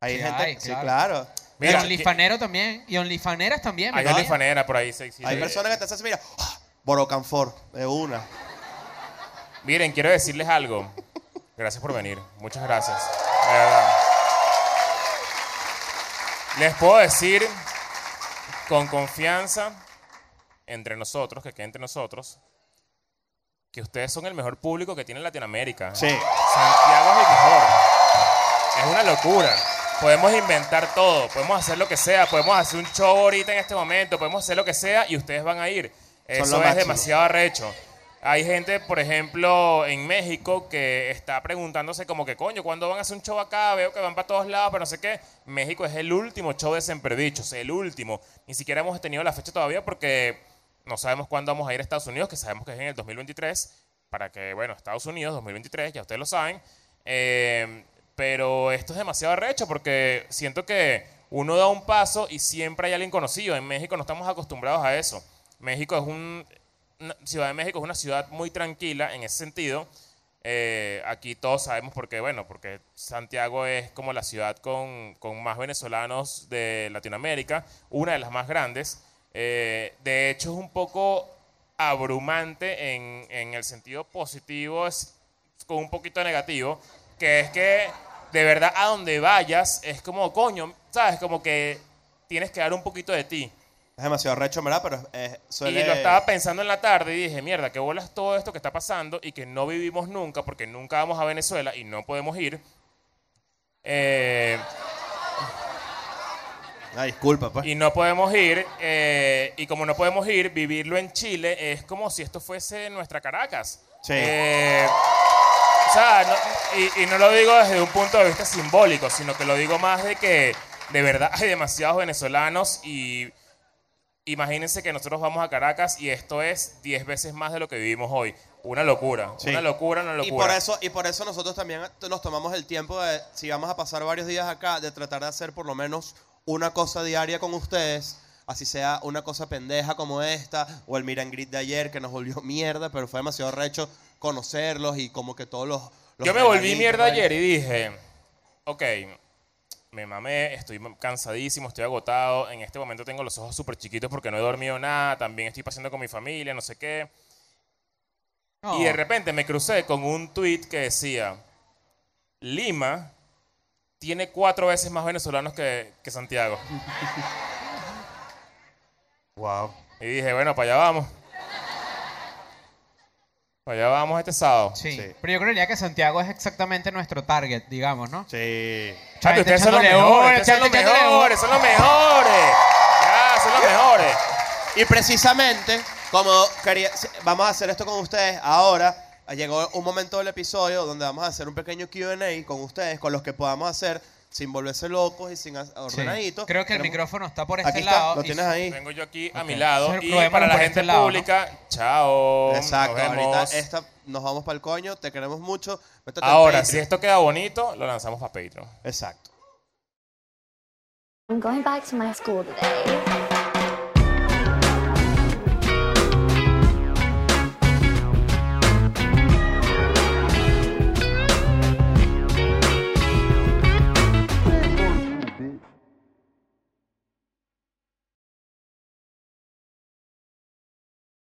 [SPEAKER 2] Hay
[SPEAKER 4] Sí
[SPEAKER 2] gente.
[SPEAKER 4] hay,
[SPEAKER 2] sí,
[SPEAKER 4] claro.
[SPEAKER 2] claro.
[SPEAKER 1] Mira,
[SPEAKER 4] y onlifanero también, y onlifaneras también,
[SPEAKER 1] Hay
[SPEAKER 4] ¿verdad?
[SPEAKER 1] una fanera por ahí sexy.
[SPEAKER 2] Hay
[SPEAKER 1] Sí.
[SPEAKER 2] personas que te hacen, mira, ¡ah! Borocanfor, de una.
[SPEAKER 1] Miren, quiero decirles algo. Gracias por venir. Muchas gracias. De verdad. Les puedo decir con confianza entre nosotros, que quede entre nosotros, que ustedes son el mejor público que tiene Latinoamérica.
[SPEAKER 2] Sí.
[SPEAKER 1] Santiago es el mejor. Es una locura. Podemos inventar todo, podemos hacer lo que sea, podemos hacer un show ahorita en este momento, podemos hacer lo que sea y ustedes van a ir.
[SPEAKER 2] lo
[SPEAKER 1] Eso es
[SPEAKER 2] máximo.
[SPEAKER 1] demasiado arrecho. Hay gente, por ejemplo, en México que está preguntándose como que, coño, ¿cuándo van a hacer un show acá? Veo que van para todos lados, pero no sé qué. México es el último show de Semperdichos, el último. Ni siquiera hemos tenido la fecha todavía porque no sabemos cuándo vamos a ir a Estados Unidos, que sabemos que es en el 2023, para que, bueno, Estados Unidos 2023, ya ustedes lo saben. Eh, pero esto es demasiado arrecho porque siento que uno da un paso y siempre hay alguien conocido. En México no estamos acostumbrados a eso. México es un... una- Ciudad de México es una ciudad muy tranquila en ese sentido. Eh, aquí todos sabemos por qué, bueno, porque Santiago es como la ciudad con, con más venezolanos de Latinoamérica, una de las más grandes. Eh, de hecho, es un poco abrumante en, en el sentido positivo, es con un poquito de negativo, que es que de verdad a donde vayas es como, coño, ¿sabes? Como que tienes que dar un poquito de ti.
[SPEAKER 2] Es demasiado recho, ¿verdad? Pero eh, suele...
[SPEAKER 1] Y lo estaba pensando en la tarde y dije, mierda, que bolas todo esto que está pasando y que no vivimos nunca porque nunca vamos a Venezuela y no podemos ir. Eh,
[SPEAKER 2] Ah, disculpa, pues.
[SPEAKER 1] y no podemos ir. eh, y como no podemos ir, vivirlo en Chile es como si esto fuese nuestra Caracas.
[SPEAKER 2] Sí.
[SPEAKER 1] Eh, o sea, no- y, y no lo digo desde un punto de vista simbólico, sino que lo digo más de que de verdad hay demasiados venezolanos y imagínense que nosotros vamos a Caracas y esto es 10 veces más de lo que vivimos hoy. Una locura,
[SPEAKER 2] Sí.
[SPEAKER 1] una locura, una locura.
[SPEAKER 2] Y por, eso, y por eso nosotros también t- nos tomamos el tiempo de, si vamos a pasar varios días acá, de tratar de hacer por lo menos una cosa diaria con ustedes, así sea una cosa pendeja como esta, o el Miran Grid de ayer que nos volvió mierda, pero fue demasiado recho conocerlos y como que todos los... los
[SPEAKER 1] Yo me volví
[SPEAKER 2] regalitos,
[SPEAKER 1] mierda
[SPEAKER 2] ¿verdad?
[SPEAKER 1] ayer y dije, ok, me mamé, estoy cansadísimo, estoy agotado, en este momento tengo los ojos súper chiquitos porque no he dormido nada, también estoy pasando con mi familia, no sé qué.
[SPEAKER 4] No.
[SPEAKER 1] Y de repente me crucé con un tweet que decía, Lima tiene cuatro veces más venezolanos que, que Santiago.
[SPEAKER 2] Wow.
[SPEAKER 1] Y dije, bueno, para allá vamos. Para allá vamos este sábado.
[SPEAKER 4] Sí.
[SPEAKER 2] Sí.
[SPEAKER 4] pero yo creería que Santiago es exactamente nuestro target, digamos, ¿no?
[SPEAKER 2] Sí.
[SPEAKER 1] Chato,
[SPEAKER 4] Gente
[SPEAKER 1] ustedes son los
[SPEAKER 4] echándole bola,
[SPEAKER 1] mejores, ustedes son los
[SPEAKER 4] gente echándole bola.
[SPEAKER 1] mejores, son los mejores. Ya, son los mejores.
[SPEAKER 2] Y precisamente, como quería- vamos a hacer esto con ustedes ahora, llegó un momento del episodio donde vamos a hacer un pequeño QA con ustedes, con los que podamos hacer sin volverse locos y sin as-
[SPEAKER 4] Sí.
[SPEAKER 2] ordenaditos.
[SPEAKER 4] Creo que el
[SPEAKER 2] Queremos-
[SPEAKER 4] micrófono está por este
[SPEAKER 2] Aquí está,
[SPEAKER 4] lado.
[SPEAKER 2] lo
[SPEAKER 4] y-
[SPEAKER 2] tienes ahí.
[SPEAKER 1] Tengo yo aquí a
[SPEAKER 4] Ok.
[SPEAKER 1] mi lado.
[SPEAKER 4] Pero
[SPEAKER 1] Y
[SPEAKER 4] probémoslo
[SPEAKER 1] para la
[SPEAKER 4] por
[SPEAKER 1] gente
[SPEAKER 4] este lado, ¿no?
[SPEAKER 1] pública, chao.
[SPEAKER 2] Exacto,
[SPEAKER 1] nos vemos.
[SPEAKER 2] ahorita esta, nos vamos para el coño, te queremos mucho. métete en
[SPEAKER 1] Ahora,
[SPEAKER 2] Patreon.
[SPEAKER 1] si esto queda bonito, lo lanzamos para Patreon.
[SPEAKER 2] Exacto.
[SPEAKER 6] I'm going back to my school today.